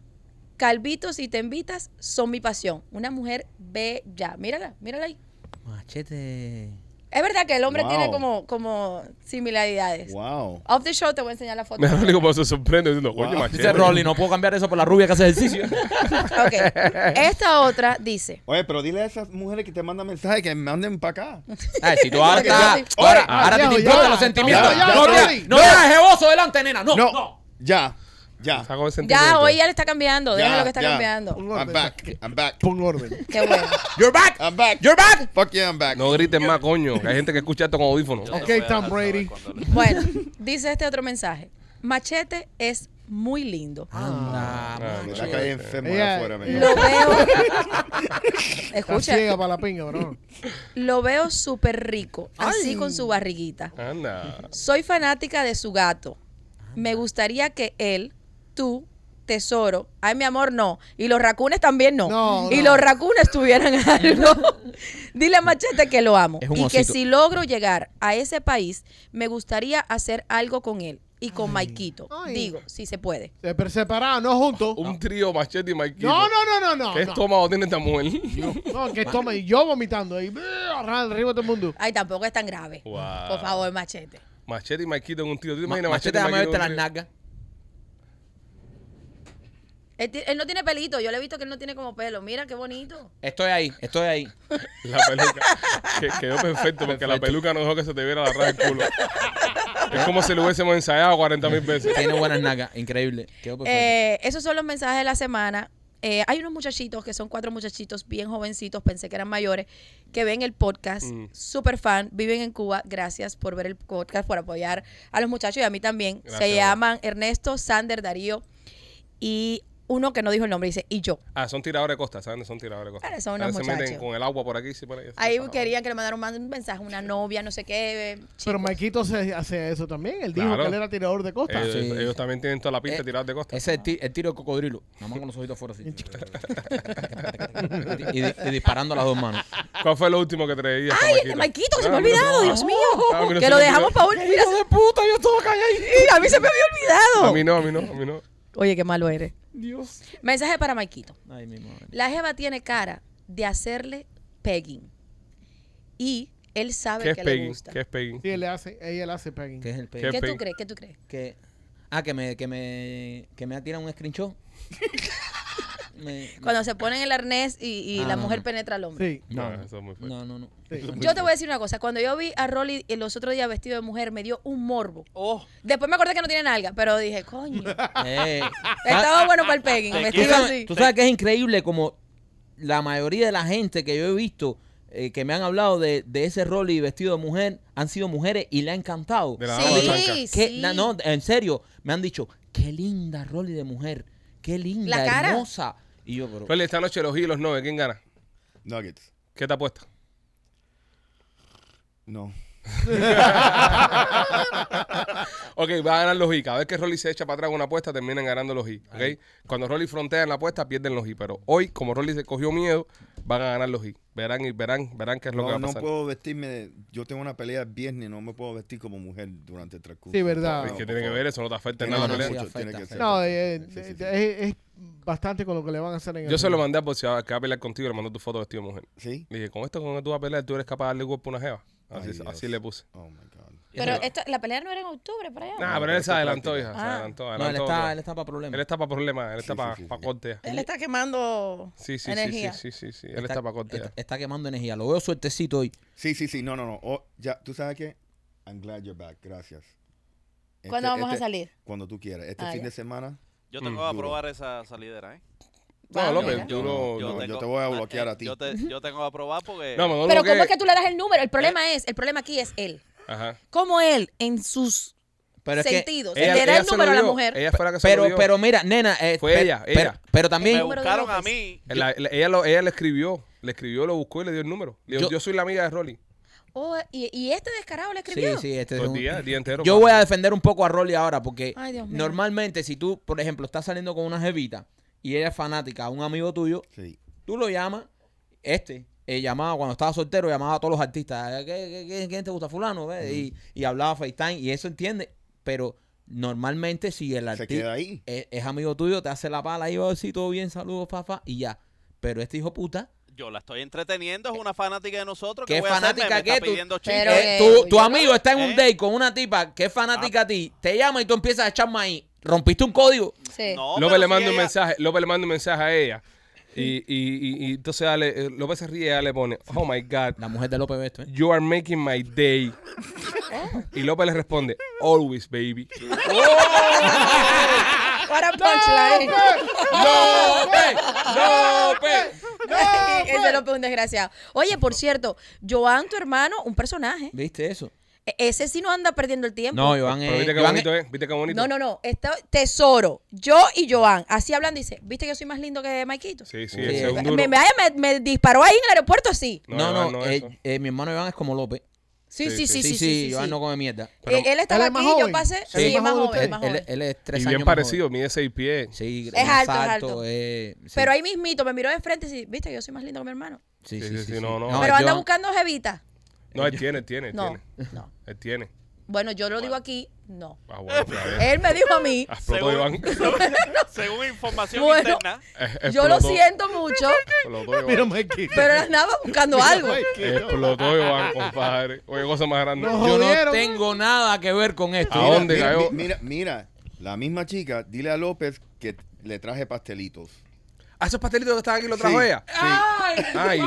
H: Calvitos y tembitas son mi pasión. Una mujer bella. Mírala, mírala ahí.
D: Machete.
H: Es verdad que el hombre
F: Wow.
H: tiene como, como similaridades.
F: Wow.
H: Off the show te voy a enseñar la foto.
C: Mira, Rolly como se sorprende diciendo, coño,
F: Wow.
C: machete.
D: Dice Rolly, no puedo cambiar eso por la rubia que hace ejercicio.
H: Ok. Esta otra dice.
F: Oye, pero dile a esas mujeres que te mandan mensajes que me manden para acá.
D: Ay, si tú ahora
H: Porque
D: estás-
H: yo
F: soy-
D: ahora,
F: Oye,
D: ahora
E: ya,
D: te
E: ya,
D: importan
E: ya,
D: los
E: ya,
D: sentimientos.
E: ya,
D: no
F: ya,
D: veas
F: Rolly,
D: no
F: no.
D: veas jeboso delante, nena. No, no.
F: Ya. Ya.
C: Está con el
H: Ya,
C: sentimiento.
H: hoy ya le está cambiando. Déjalo
F: ya,
H: que está
F: ya.
H: cambiando.
F: I'm back. I'm back.
E: Pon orden.
H: Qué bueno.
D: You're back.
F: I'm back.
D: You're back.
F: Fuck yeah, I'm back.
C: No grites más, coño, que hay gente que escucha esto con audífonos.
E: Ok, Tom Brady.
H: Bueno, dice este otro mensaje. Machete es muy lindo.
D: Anda,
C: Ah,
F: Me
C: macho.
F: da que hay enfermo allá
E: Ella-
F: afuera, me
H: Lo veo.
E: Está
H: Escucha,
E: ciega para la pinga, bro.
H: lo veo súper rico, así con su barriguita.
C: Anda.
H: Soy fanática de su gato. Me gustaría que él, tú, tesoro, ay mi amor, no. Y los racunes también no.
E: No,
H: y
E: no.
H: los racunes tuvieran algo. Dile a Machete que lo amo.
D: Es un
H: Y que
D: osito.
H: si logro llegar a ese país, me gustaría hacer algo con él y con Maikito.
E: Ay.
H: Digo, si se puede.
E: Se- Pero separados, no juntos.
C: Un trío machete y Maikito.
E: No, no, no, no, no.
C: ¿Qué
E: no.
C: estómago tiene esta mujer?
E: No, que toma y yo vomitando ahí. Arriba de todo el mundo.
H: Ay, tampoco es tan grave.
C: Wow.
H: Por favor, Machete.
C: Machete y Maikito en un trío. ¿Tú te
D: Ma-
C: imaginas
D: Machete,
C: machete,
D: dame
C: y Maikito
D: verte
C: en
D: las
C: un trío?
D: nalgas.
H: Él, ti- él no tiene pelito. Yo le he visto que él no tiene como pelo. Mira qué bonito.
D: Estoy ahí, estoy ahí.
C: La peluca. Que- quedó perfecto porque la peluca no dejó que se te viera la raja del culo. Es como si lo hubiésemos ensayado 40 mil veces.
D: Tiene buenas nalgas, increíble. Quedó perfecto.
H: Eh, esos son los mensajes de la semana. Eh, hay unos muchachitos que son cuatro muchachitos bien jovencitos, pensé que eran mayores, que ven el podcast,
C: Mm.
H: super fan, viven en Cuba. Gracias por ver el podcast, por apoyar a los muchachos y a mí también.
C: Gracias,
H: Se
C: bro.
H: llaman Ernesto, Sander, Darío y uno que no dijo el nombre, dice, y yo.
C: Ah, son tiradores de costa, ¿saben? Son tiradores de costa.
H: Pero son unos
C: Ahora se meten
H: muchachos.
C: con el agua por aquí. sí, por ahí.
H: Ahí
C: Ah,
H: querían que le mandaran un un mensaje, una novia, no sé qué. eh,
E: Pero
H: chicos.
E: Maikito se hace eso también. Él dijo
C: Claro. Eh.
E: que él era tirador de costa.
C: Ellos,
D: Sí.
C: ellos también tienen toda la pinta de
D: Eh,
C: tirar de costa.
D: Ese es el, ti- el tiro de cocodrilo. Nada más con los ojitos afuera así. y, di- y disparando las dos manos.
C: ¿Cuál fue lo último que traías?
H: Ay, Maikito, que se me ha olvidado, Dios mío.
C: Ah, mira,
H: que
C: se
H: lo
C: me
H: dejamos
C: olvidó.
H: para último. Mira,
D: de puta! Yo estaba callado.
H: sí, a mí se me había
C: A
H: olvidado.
C: mí no, a mí no, a mí no.
H: Oye, qué malo eres. Dios. Mensaje para Maikito.
D: Ay, mi madre.
H: La jeva tiene cara de hacerle pegging. Y él sabe
C: ¿Qué es
H: que le
C: pegging?
H: gusta.
C: ¿Qué
H: ¿Qué,
C: es pegging?
E: Sí, él le hace, ella le hace pegging.
D: ¿Qué es el pe?
C: ¿Qué?
H: tú
C: pegging?
H: crees? ¿Qué tú crees?
D: que ah que me que me que me ha tirado un screenshot Me-
H: Cuando se ponen el arnés y, y
D: Ah,
H: la
D: no,
H: mujer
D: no.
H: penetra al hombre.
E: Sí.
C: No,
D: No,
C: eso es muy fuerte.
D: no, no, no.
E: sí.
H: Yo te voy a decir una cosa. Cuando yo vi a Rolly los otros días vestido de mujer, me dio un morbo.
G: Oh,
H: Después me acordé que no tiene nalga, pero dije, coño.
D: Eh,
H: Estaba bueno para el pegging,
G: Te
D: tú
H: vestido
G: quiero-
H: así.
D: sabes, tú sabes que es increíble como la mayoría de la gente que yo he visto eh, que me han hablado de, de ese rol y vestido de mujer han sido mujeres y le ha encantado.
C: De la dama chanca.
H: Sí,
D: Que-
H: sí.
D: na- No, en serio, me han dicho, qué linda Rolly de mujer, qué linda,
H: La cara.
D: hermosa. Y yo, pero,
C: Rolly, esta noche los hilos no, ¿quién gana?
F: Nuggets.
C: ¿Qué te apuesta?
F: No.
C: Ok, va a ganar los I. Cada vez que Rolly se echa para atrás una apuesta, terminan ganando los I. ¿ok? Cuando Rolly frontea en la apuesta, pierden los I. Pero hoy, como Rolly se cogió miedo, van a ganar los I. Verán y verán, verán qué es lo que va
F: No,
C: a
F: no
C: pasar.
F: puedo vestirme. de- Yo tengo una pelea el viernes, no me puedo vestir como mujer durante el transcurso.
E: Sí, verdad.
C: Es
E: No,
C: que tiene que ver eso, no te afecta en nada.
F: Tiene que
C: la
F: ver
C: pelea.
F: mucho,
D: Sí,
F: tiene que
D: afecta,
F: ser.
E: No, eh,
F: Sí, sí, sí.
E: eh, Es, es bastante con lo que le van a hacer en el
C: Yo se lo
E: ring.
C: mandé por si va a pelear contigo, le mandó tu foto vestido de mujer.
F: ¿Sí?
C: Le dije, con esto con que tú vas a pelear, tú eres capaz de darle cuerpo a una jeva. Así,
F: Ay, Dios.
C: así le puse.
F: Oh my God.
H: Pero esto- la pelea no era en octubre, para allá.
C: Nah,
F: no,
C: pero
F: pero
C: él
F: eso
C: se
F: es
C: adelantó,
F: práctica.
C: hija. Se
H: Ah.
C: adelantó,
D: no, él
C: adelantó.
D: está,
C: otro.
D: él está para problemas.
C: Él está para problemas, él está
F: Sí,
C: para
F: sí, sí, sí.
C: corte.
H: Él está quemando
C: Sí, sí, sí, sí,
H: energía.
C: sí, sí, sí. Él está para corte.
D: está- está quemando energía. Lo veo suertecito hoy.
F: Sí, sí, sí. No, no, no. Oh, ya, ¿Tú sabes qué? I'm glad you're back. Gracias. Este-
H: ¿Cuándo vamos
F: este-
H: a salir?
F: Cuando tú quieras. Este
H: Ah,
F: fin
H: ya.
F: de semana.
G: yo tengo que aprobar esa salidera, ¿eh?
C: No,
H: Vamos,
C: López,
H: Ah, mira.
C: tú no- no.
F: yo te voy a bloquear a ti.
G: Yo, te- yo tengo que aprobar porque...
C: No, Manolo,
H: Pero
C: que-
H: ¿cómo es que tú le das el número? El problema es, el problema aquí es él.
C: Ajá.
H: ¿Cómo él, en sus
D: Pero es que-
H: sentidos,
C: Ella-
H: le da
C: ella
H: el
C: se
H: número a
C: lo
H: la
C: dio.
H: mujer?
C: Ella fue la que se lo
D: Pero,
C: dio.
D: pero mira, nena. eh,
C: Fue
D: per-
C: ella,
D: per-
C: ella.
D: Pero también.
G: me
H: número de
G: buscaron a
H: López.
G: mí.
C: La- la- ella, lo, ella le escribió, le escribió, lo buscó y le dio el número. Le dijo, yo,
D: Yo-
C: soy la amiga de Rolly.
H: Oh, y, y este descarado le
D: Sí,
H: escribió.
D: sí, este es
C: Todo el
D: un-
C: día, el día entero.
D: Yo
C: pa.
D: voy a defender un poco a Rolly ahora porque
H: Ay, Dios mío.
D: normalmente si tú, por ejemplo, estás saliendo con una jevita y ella es fanática a un amigo tuyo,
F: Sí.
D: tú lo llamas, este, eh, llamaba cuando estaba soltero, llamaba a todos los artistas, "Eh, ¿qué, qué- qué- quién te gusta fulano? ve?" Y, y hablaba FaceTime y eso entiende, pero normalmente si el
F: Se
D: artista
F: queda ahí.
D: es, es amigo tuyo, te hace la pala y va a decir todo bien, saludos, papá, y ya. Pero este hijo puta,
G: Yo la estoy entreteniendo, es una fanática de nosotros.
D: ¿Qué
G: que voy a hacerme?
D: fanática
G: Me
D: qué?
G: está
D: Tú-
G: pidiendo
H: Pero,
G: chistes.
D: eh,
H: eh,
D: tu, tu
H: yo-
D: amigo está en un
G: ¿Eh?
D: date con una tipa que es
F: Ah.
D: fanática a ti, te llama y tú empiezas a echar maíz. ¿Rompiste un código?
H: Sí.
C: López
G: No, Oh, pero
C: le
G: si
C: manda un
G: ella-
C: mensaje, López le manda un mensaje a ella. Y, y, y, y entonces ella le- eh, López se ríe y ella le pone, oh my God,
D: La mujer de López ve esto, ¿eh?
C: you are making my day.
H: Oh.
C: Y López le responde, always, baby. ¡Oh!
H: What a punchline.
D: ¡López! ¡López!
H: Ese López es un desgraciado. Oye, por cierto, Joan, tu hermano, un personaje.
D: ¿Viste eso?
H: E- Ese sí no anda perdiendo el tiempo.
D: No, Joan
C: Pero
D: es.
C: viste qué
D: Joan
C: bonito
D: es-
C: es, viste qué bonito.
H: Eh, No, no, no. Está tesoro. Yo y Joan. Así hablando, dice, ¿viste que yo soy más lindo que Maikito?
C: Sí, sí,
D: Sí,
C: ese es un
D: eh,
C: duro.
H: Me, me- me- me disparó ahí en el aeropuerto, sí.
C: No,
D: No, no,
C: Joan no es eso.
D: eh, eh, mi hermano Iván es como López.
H: Sí,
C: Sí,
H: sí, sí, sí. sí, sí,
D: Joan
H: sí.
D: no come mierda.
C: Pero-
H: él, él estaba
E: ¿Él es
H: aquí,
E: más
H: yo
E: joven?
H: pasé.
E: Sí.
H: Sí, es más
E: Él-
H: joven, es
D: Él,
H: más
D: él-
H: joven.
D: él es tres
C: Y
D: años
C: bien
D: más
C: parecido,
D: joven.
C: mide seis pies.
D: Sí,
H: Es
D: más
H: alto, es alto.
D: eh, sí,
H: Pero ahí mismito me miró de frente y dice, ¿viste que yo soy más lindo que mi hermano?
D: Sí,
C: Sí,
D: sí,
C: sí,
D: sí.
C: sí,
D: sí.
C: no, no.
H: Pero anda
D: Joan-
H: buscando jevita.
C: No, él tiene, él tiene, él
H: No,
C: tiene.
H: no.
C: Él tiene.
H: Bueno, yo lo digo aquí, no.
C: Ah, bueno, está bien.
H: Él me dijo a mí,
C: Explotó, Iván.
G: Según, según información
H: Bueno.
G: interna,
H: yo lo
C: Explotó.
H: siento mucho,
C: Explotó, Iván.
E: Mira, Mikey.
H: pero él andaba buscando algo.
C: Eh, Explotó Iván, compadre. Oye, cosa más grande.
E: No.
D: Yo no
E: Jodieron.
D: tengo nada que ver con esto.
C: ¿A
F: Mira,
C: dónde
F: mira,
C: cayó?
F: mi- Mira, mira, la misma chica, dile a López que le traje pastelitos.
C: Ah, esos pastelitos que estaban aquí lo trajo
F: Sí,
C: ella.
F: sí.
D: Ah.
C: Ay,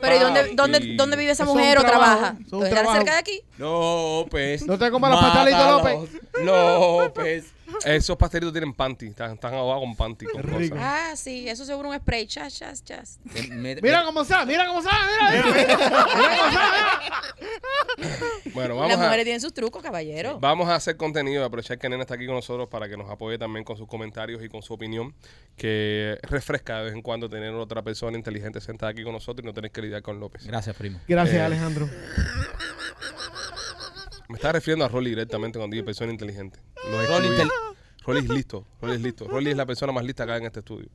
H: Pero ¿y dónde,
C: papi.
H: dónde, dónde vive esa
E: Eso es un
H: mujer o
E: trabajo,
H: trabaja?
E: eso es un
H: ¿Era
E: trabajo.
H: cerca de aquí?
C: pues,
D: López.
E: No te comas los pastelitos,
D: Mátalos, López.
C: Esos pastelitos tienen panty. Están, están ahogados con panty. Con
E: Qué rico.
C: cosas.
H: Ah, sí, eso seguro un spray. Chas, chas, chas.
D: Eh, me-
E: Mira cómo está, mira cómo está, mira, mira.
C: Bueno,
H: Las
C: vamos
H: mujeres
C: a,
H: tienen sus trucos, caballero.
C: vamos a hacer contenido. y Aprovechar que Nena está aquí con nosotros para que nos apoye también con sus comentarios y con su opinión. Que refresca de vez en cuando tener otra persona inteligente sentada aquí con nosotros y no tener que lidiar con López.
D: Gracias, primo.
C: Eh.
E: Gracias, Alejandro.
C: Me está refiriendo a Rolly directamente cuando digo persona inteligente. Lo
D: Rolly
C: excluí.
D: intel-
C: Rolly es listo. Rolly es listo. Rolly es la persona más lista acá en este estudio.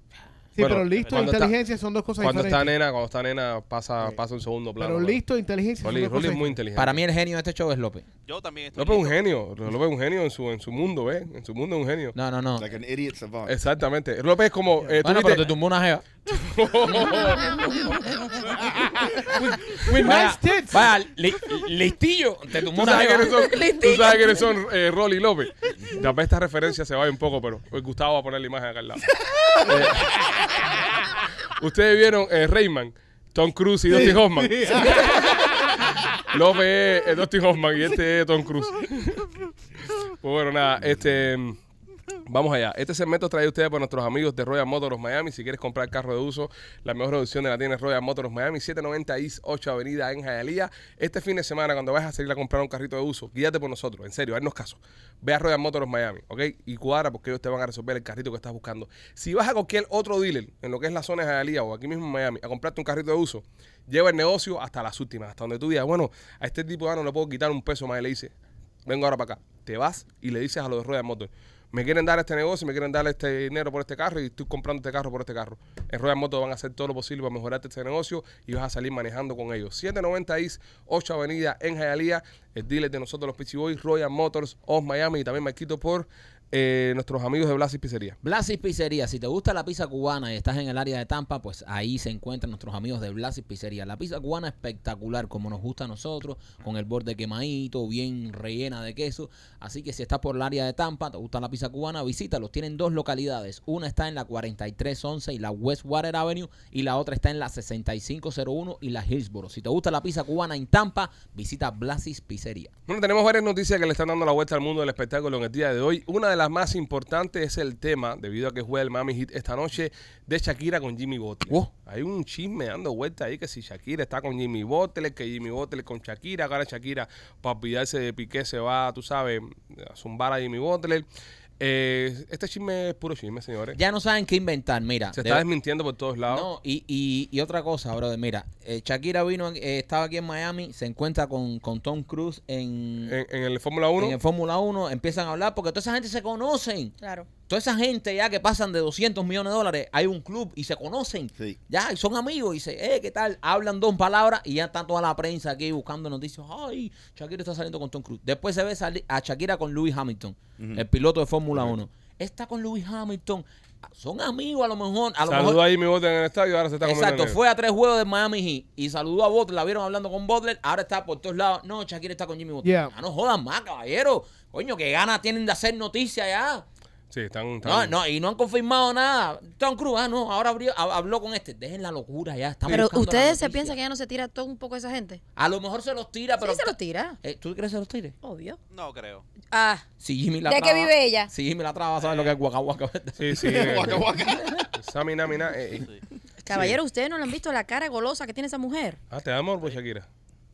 E: Sí,
C: Bueno,
E: pero listo e
C: cuando está-
E: inteligencia son dos cosas
C: Cuando está
E: diferentes.
C: nena, cuando está nena pasa, pasa un segundo plano.
E: Pero
C: ¿no?
E: listo e inteligencia son
C: Rolly,
E: dos
C: Rolly
E: cosas
C: es muy
E: diferentes.
C: inteligente.
D: Para mí el genio de este show es López.
G: yo también estoy...
C: López es un
G: listo.
C: genio. López es un genio en su, en su mundo, ¿eh? En su mundo es un genio.
D: No, no, no.
F: Like an idiot savant.
C: Exactamente. López es como... eh, ¿tú
D: Bueno,
C: viste-
D: pero te tumbó una jeva. Vaya,
E: nice tits.
D: vaya, li- listillo, te tumbó
C: Tú
D: una
C: sabes
D: jeva.
C: quiénes son, tú sabes quiénes son eh, Rolly y López. Tal vez esta referencia se vaya un poco, pero eh, Gustavo va a poner la imagen acá al lado. Eh, ustedes vieron eh, Rayman, Tom Cruise y Dustin Hoffman. López es eh, Dustin Hoffman y este es Tom Cruise. pues bueno, nada, este... mm, Vamos allá. Este segmento trae ustedes por nuestros amigos de Royal Motors Miami. Si quieres comprar carro de uso, la mejor reducción de la tiene Royal Motors Miami, 790 East 8 Avenida en Hialeah. Este fin de semana, cuando vayas a salir a comprar un carrito de uso, guíate por nosotros, en serio, haznos caso. Ve a Royal Motors Miami, ¿ok? Y cuadra porque ellos te van a resolver el carrito que estás buscando. Si vas a cualquier otro dealer, en lo que es la zona de Hialeah o aquí mismo en Miami, a comprarte un carrito de uso, lleva el negocio hasta las últimas, hasta donde tú digas, bueno, a este tipo ya no le puedo quitar un peso más. Y le dice, vengo ahora para acá. Te vas y le dices a los de Royal Motors, me quieren dar este negocio, me quieren dar este dinero por este carro y estoy comprando este carro por este carro. En Royal Motors van a hacer todo lo posible para mejorarte este negocio y vas a salir manejando con ellos. 790 East, 8 Avenida en Hialeah, el dealer de nosotros los Pitchy Boys, Royal Motors of Miami y también me quito por eh, nuestros amigos de Blas y Pizzería.
D: Blasis Pizzería, si te gusta la pizza cubana y estás en el área de Tampa, pues ahí se encuentran nuestros amigos de Blasis Pizzería. La pizza cubana espectacular, como nos gusta a nosotros, con el borde quemadito, bien rellena de queso. Así que si estás por el área de Tampa, te gusta la pizza cubana, visítalos. Tienen dos localidades. Una está en la 4311 y la Westwater Avenue y la otra está en la 6501 y la Hillsboro. Si te gusta la pizza cubana en Tampa, visita Blasis Pizzería.
C: Bueno, tenemos varias noticias que le están dando la vuelta al mundo del espectáculo en el día de hoy. Una de las más importantes es el tema, debido a que juega el Mami Hit esta noche, de Shakira con Jimmy Butler.
D: Oh.
C: Hay un chisme dando vuelta ahí que si Shakira está con Jimmy Butler, que Jimmy Butler con Shakira, que ahora Shakira para olvidarse de Piqué se va, tú sabes, a zumbar a Jimmy Butler. Eh, este chisme es puro chisme, señores.
D: Ya no saben qué inventar, mira.
C: se
D: de-
C: está desmintiendo por todos lados.
D: No, y, y, y otra cosa, brother, mira, eh, Shakira vino, eh, estaba aquí en Miami, se encuentra con, con Tom Cruise en,
C: En, en el Fórmula 1.
D: en el Fórmula 1, empiezan a hablar porque toda esa gente se conocen.
H: Claro.
D: Toda esa gente ya que pasan de 200 millones de dólares, hay un club y se conocen.
F: Sí.
D: Ya, y son amigos y dicen, eh, ¿qué tal? Hablan dos palabras y ya está toda la prensa aquí buscando noticias. Ay, Shakira está saliendo con Tom Cruise. Después se ve sali- a Shakira con Lewis Hamilton, el piloto de Fórmula 1. Está con Lewis Hamilton. Son amigos a lo mejor. A lo
C: Saludó
D: mejor
C: a Jimmy Butler en el estadio, ahora se está comiendo
D: Exacto,
C: el negro.
D: fue a tres juegos de Miami Heat y saludó a Butler, la vieron hablando con Butler, ahora está por todos lados. No, Shakira está con Jimmy Butler.
E: Yeah.
D: Ah, no jodan más, caballero. Coño, que ganas tienen de hacer noticias ya.
C: Sí, están...
D: No,
C: están-
D: no, y no han confirmado nada. Tom Cruise, ah, no, ahora abrió- hab- habló con este. Dejen la locura ya. estamos
H: Pero
D: buscando la
J: ustedes se
D: noticia.
J: piensan que ya no se tira todo un poco esa gente.
D: A lo mejor se los tira, pero...
J: sí, se lo tira.
D: Eh, ¿Tú crees que se los tire?
J: Obvio.
G: No creo.
J: Ah,
D: Si Jimmy la
J: ¿de qué
D: traba-
J: vive ella?
D: Si Jimmy la traba, ¿sabes lo que es guacahuaca?
C: Sí, sí. eh, Sammy, na, mi, na, eh, eh.
J: Caballero, ustedes no le han visto la cara golosa que tiene esa mujer
C: Ah, te damos por Shakira.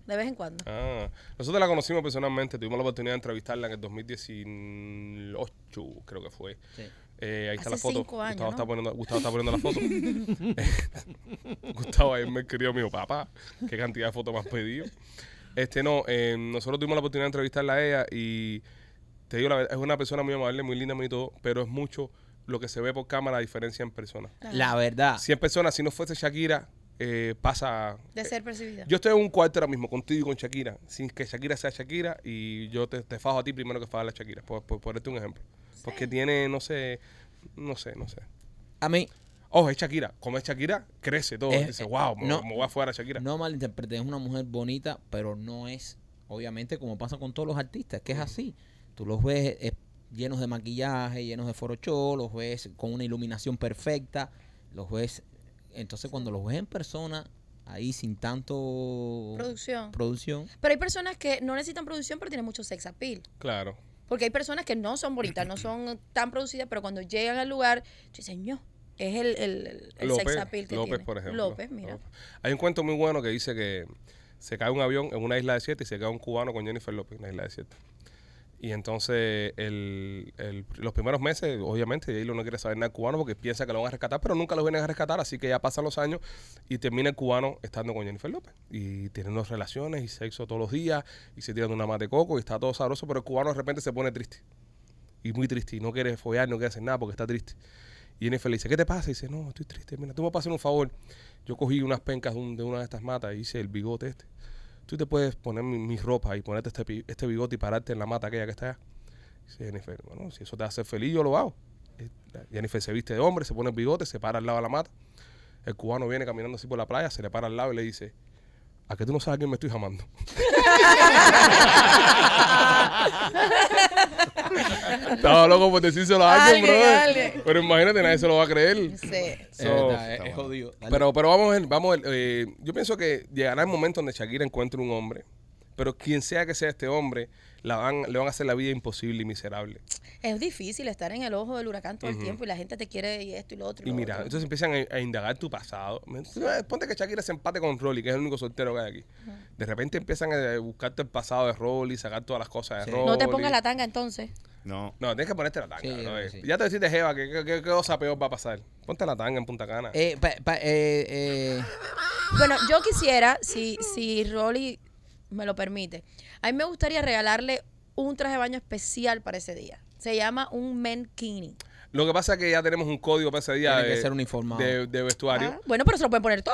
J: de vez en cuando.
C: Ah, nosotros la conocimos personalmente, tuvimos la oportunidad de entrevistarla en el 2018, creo que fue. Eh, ahí
J: Hace
C: está la foto.
J: cinco años,
C: Gustavo,
J: ¿no?
C: está poniendo, Gustavo está poniendo la foto. Eh, Gustavo ahí me escribió, me dijo, papá, qué cantidad de fotos me has pedido. Este, no, eh, nosotros tuvimos la oportunidad de entrevistarla a ella y te digo la verdad, es una persona muy amable, muy linda, muy todo, pero es mucho lo que se ve por cámara, la diferencia en persona.
J: Ah.
D: La verdad.
C: Si en persona, si no fuese Shakira, eh, pasa...
J: De ser percibida.
C: Yo estoy en un cuarto ahora mismo contigo y con Shakira, sin que Shakira sea Shakira, y yo te, te fajo a ti primero que fajo a la Shakira, por, por ponerte un ejemplo. Porque tiene, no sé, no sé, no sé.
D: A mí,
C: Ojo, es Shakira. Como es Shakira, crece todo.
D: Eh,
C: Dice,
D: eh,
C: wow, me,
D: no.
C: me voy a fugar a Shakira.
D: No malinterpretes, es una mujer bonita, pero no es, obviamente, como pasa con todos los artistas, que es así. Tú los ves eh, llenos de maquillaje, llenos de forochó, los ves con una iluminación perfecta, los ves... Entonces, cuando los ves en persona, ahí sin tanto...
J: Producción.
D: Producción.
J: Pero hay personas que no necesitan producción, pero tienen mucho sex appeal.
C: Claro.
J: Porque hay personas que no son bonitas, no son tan producidas, pero cuando llegan al lugar, tú dices, no, es el, el, el- el
C: López,
J: sex appeal que
C: López
J: tiene.
C: por ejemplo.
J: López, mira.
C: López. Hay un cuento muy bueno que dice que se cae un avión en una isla desierta y se cae un cubano con Jennifer López en la isla desierta. Y entonces, el, el- los primeros meses, obviamente, J-Lo no quiere saber nada del cubano porque piensa que lo van a rescatar, pero nunca lo vienen a rescatar, así que ya pasan los años y termina el cubano estando con Jennifer López y teniendo relaciones y sexo todos los días y se tiran una mate de coco y está todo sabroso, pero el cubano de repente se pone triste y muy triste y no quiere follar, no quiere hacer nada porque está triste. Y Jennifer le dice, ¿qué te pasa? Y dice, no, estoy triste. Mira, tú me pasas un favor. Yo cogí unas pencas de, un- de una de estas matas y hice el bigote este. Tú te puedes poner mi, mi ropa y ponerte este, pi- este bigote y pararte en la mata aquella que está allá. Dice Jennifer, bueno, si eso te hace feliz, yo lo hago. Eh, Jennifer se viste de hombre, se pone el bigote, se para al lado de la mata. El cubano viene caminando así por la playa, se le para al lado y le dice, ¿a qué tú no sabes a quién me estoy jamando? Estaba loco por decírselo a alguien,
J: Alguien,
C: brother.
J: alguien.
C: Pero imagínate, nadie se lo va a creer.
J: Sí.
D: Es
C: So,
D: verdad, es, es jodido. Dale.
C: pero, pero vamos, a ver, vamos a ver, eh, yo pienso que llegará el momento donde Shakira encuentre un hombre, pero quien sea que sea este hombre, la van, le van a hacer la vida imposible y miserable.
J: Es difícil estar en el ojo del huracán todo el tiempo y la gente te quiere y esto y lo otro.
C: Y
J: lo
C: mira,
J: otro.
C: entonces empiezan a, a indagar tu pasado. Me- eh, Ponte que Shakira se empate con Rolly, que es el único soltero que hay aquí. De repente empiezan a buscarte el pasado de Rolly, sacar todas las cosas de Rolly.
J: no te pongas la tanga entonces.
F: No.
C: No, tienes que ponerte la tanga.
D: Sí,
C: ¿no?
D: sí.
C: Ya te decís de Jeva, ¿qué, qué, qué cosa peor va a pasar? Ponte la tanga en Punta Cana.
D: Eh, pa- pa- eh, eh,
J: Bueno, yo quisiera, si, si Rolly me lo permite, a mí me gustaría regalarle un traje de baño especial para ese día. Se llama un menkini.
C: Lo que pasa es que ya tenemos un código para ese día
D: Tiene que
C: de-
D: ser uniformado.
C: de- de vestuario.
J: Ah, bueno, pero se lo pueden poner todo.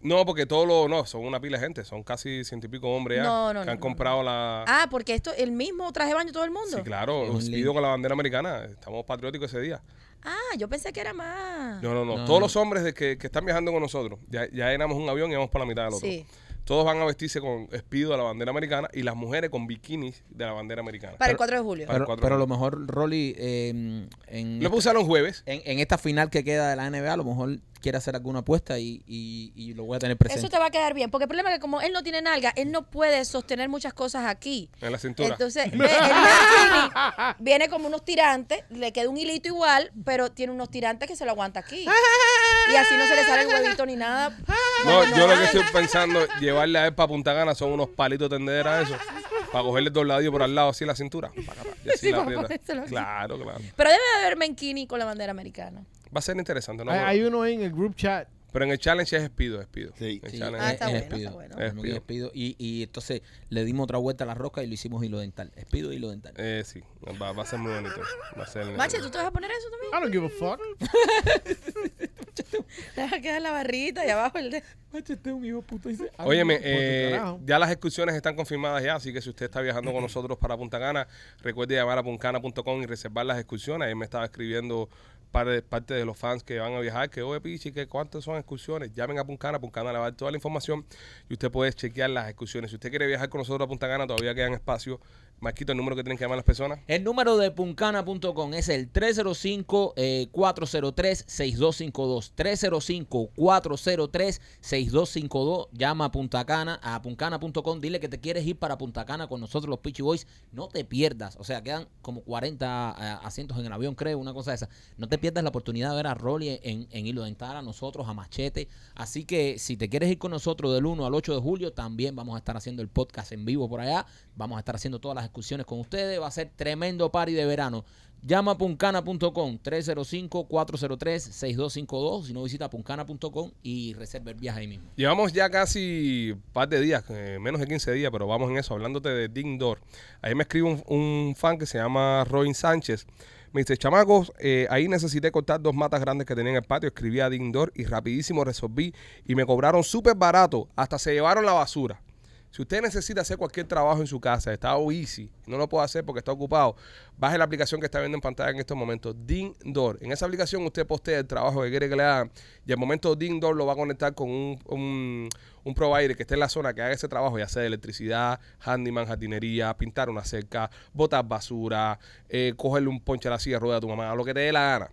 C: No, porque todos los. No, son una pila de gente. Son casi ciento y pico hombres ya
J: No, no,
C: que
J: no,
C: han
J: no,
C: comprado la.
J: Ah, porque esto el mismo traje de baño todo el mundo.
C: sí, claro.
D: Sí, un
C: Los
D: link.
C: pido con la bandera americana. Estamos patrióticos ese día.
J: Ah, yo pensé que era más.
C: No, no, no.
D: No,
C: todos
D: no.
C: los hombres de que, que están viajando con nosotros. Ya, ya llenamos un avión y vamos por la mitad del otro.
J: Sí.
C: Todos van a vestirse con espido de la bandera americana y las mujeres con bikinis de la bandera americana.
J: Para el 4 de julio.
C: Para el
D: pero,
C: cuatro.
D: pero a lo mejor Rolly eh, en,
C: Lo puse a los jueves.
D: en, en esta final que queda de la NBA a lo mejor quiere hacer alguna apuesta y, y- y lo voy a tener presente.
J: Eso te va a quedar bien, porque el problema es que como él no tiene nalga, él no puede sostener muchas cosas aquí.
C: En la cintura.
J: Entonces, ve, el mankini viene como unos tirantes, le queda un hilito igual, pero tiene unos tirantes que se lo aguanta aquí. Y así no se le sale el huevito ni nada.
C: No, yo lo que estoy pensando, llevarle a él para Punta Gana son unos palitos tendera eso. Para cogerle dobladillo por al lado, así la cintura. Paca, pa, y así
J: Sí,
C: la
J: para
C: aprieta.
J: ponérselo así.
C: Claro, claro.
J: Pero debe de haber menkini con la bandera americana.
C: Va a ser interesante, ¿no?
E: Hay, hay uno ahí en el group chat.
C: Pero en el challenge es despido, despido.
F: Sí.
C: El
D: Sí,
C: challenge
J: Ah,
D: es-
C: es-
J: está
D: es
J: bueno,
D: Espido.
J: está bueno.
D: Tenemos que ir a Espido. Y, y entonces le dimos otra vuelta a la rosca y lo hicimos hilo dental. Espido hilo dental.
C: eh, sí, va, va a ser muy bonito. Va a ser.
J: Mache, ¿tú te vas a poner eso también?
E: I don't give a fuck.
J: Te vas a quedar la barrita y abajo el de...
C: Óyeme, eh,
E: carajo.
C: ya las excursiones están confirmadas ya, así que si usted está viajando con nosotros para Punta Cana, recuerde llamar a puncana.com y reservar las excursiones. Ahí me estaba escribiendo par- parte, de los fans que van a viajar, que oye Pichi, que cuántas son excursiones. Llamen a Puncana, Puncana le va a dar toda la información y usted puede chequear las excursiones. Si usted quiere viajar con nosotros a Punta Cana, todavía quedan espacios. Marquito, el número que tienen que llamar las personas.
D: El número de puncana.com es el eh, 305-403-6252. 305-403-6252. Llama a Punta Cana, a puncana.com. Dile que te quieres ir para Punta Cana con nosotros, los Pitchy Boys. No te pierdas. O sea, quedan como 40 a- asientos en el avión, creo, una cosa de esa. No te pierdas la oportunidad de ver a Rolly en, en Hilo Dental, a nosotros, a Machete. Así que si te quieres ir con nosotros del 1 al 8 de julio, también vamos a estar haciendo el podcast en vivo por allá. Vamos a estar haciendo todas las excursiones con ustedes. Va a ser tremendo party de verano. Llama a puncana.com 305-403-6252. Si no, visita puncana.com y reserva el viaje ahí mismo.
C: Llevamos ya casi un par de días, eh, menos de 15 días, pero vamos en eso, hablándote de Ding Door. Ahí me escribe un, un fan que se llama Robin Sánchez. Me dice, chamacos, eh, ahí necesité cortar dos matas grandes que tenía en el patio, escribí a Ding Door y rapidísimo resolví y me cobraron súper barato, hasta se llevaron la basura. Si usted necesita hacer cualquier trabajo en su casa, está o easy, no lo puede hacer porque está ocupado, baje la aplicación que está viendo en pantalla en estos momentos, Ding Door. En esa aplicación usted postea el trabajo que quiere que le hagan y al momento Ding Door lo va a conectar con un, un, un provider que esté en la zona que haga ese trabajo, ya sea de electricidad, handyman, jardinería, pintar una cerca, botar basura, eh, cogerle un ponche a la silla de ruedas a tu mamá, lo que te dé la gana.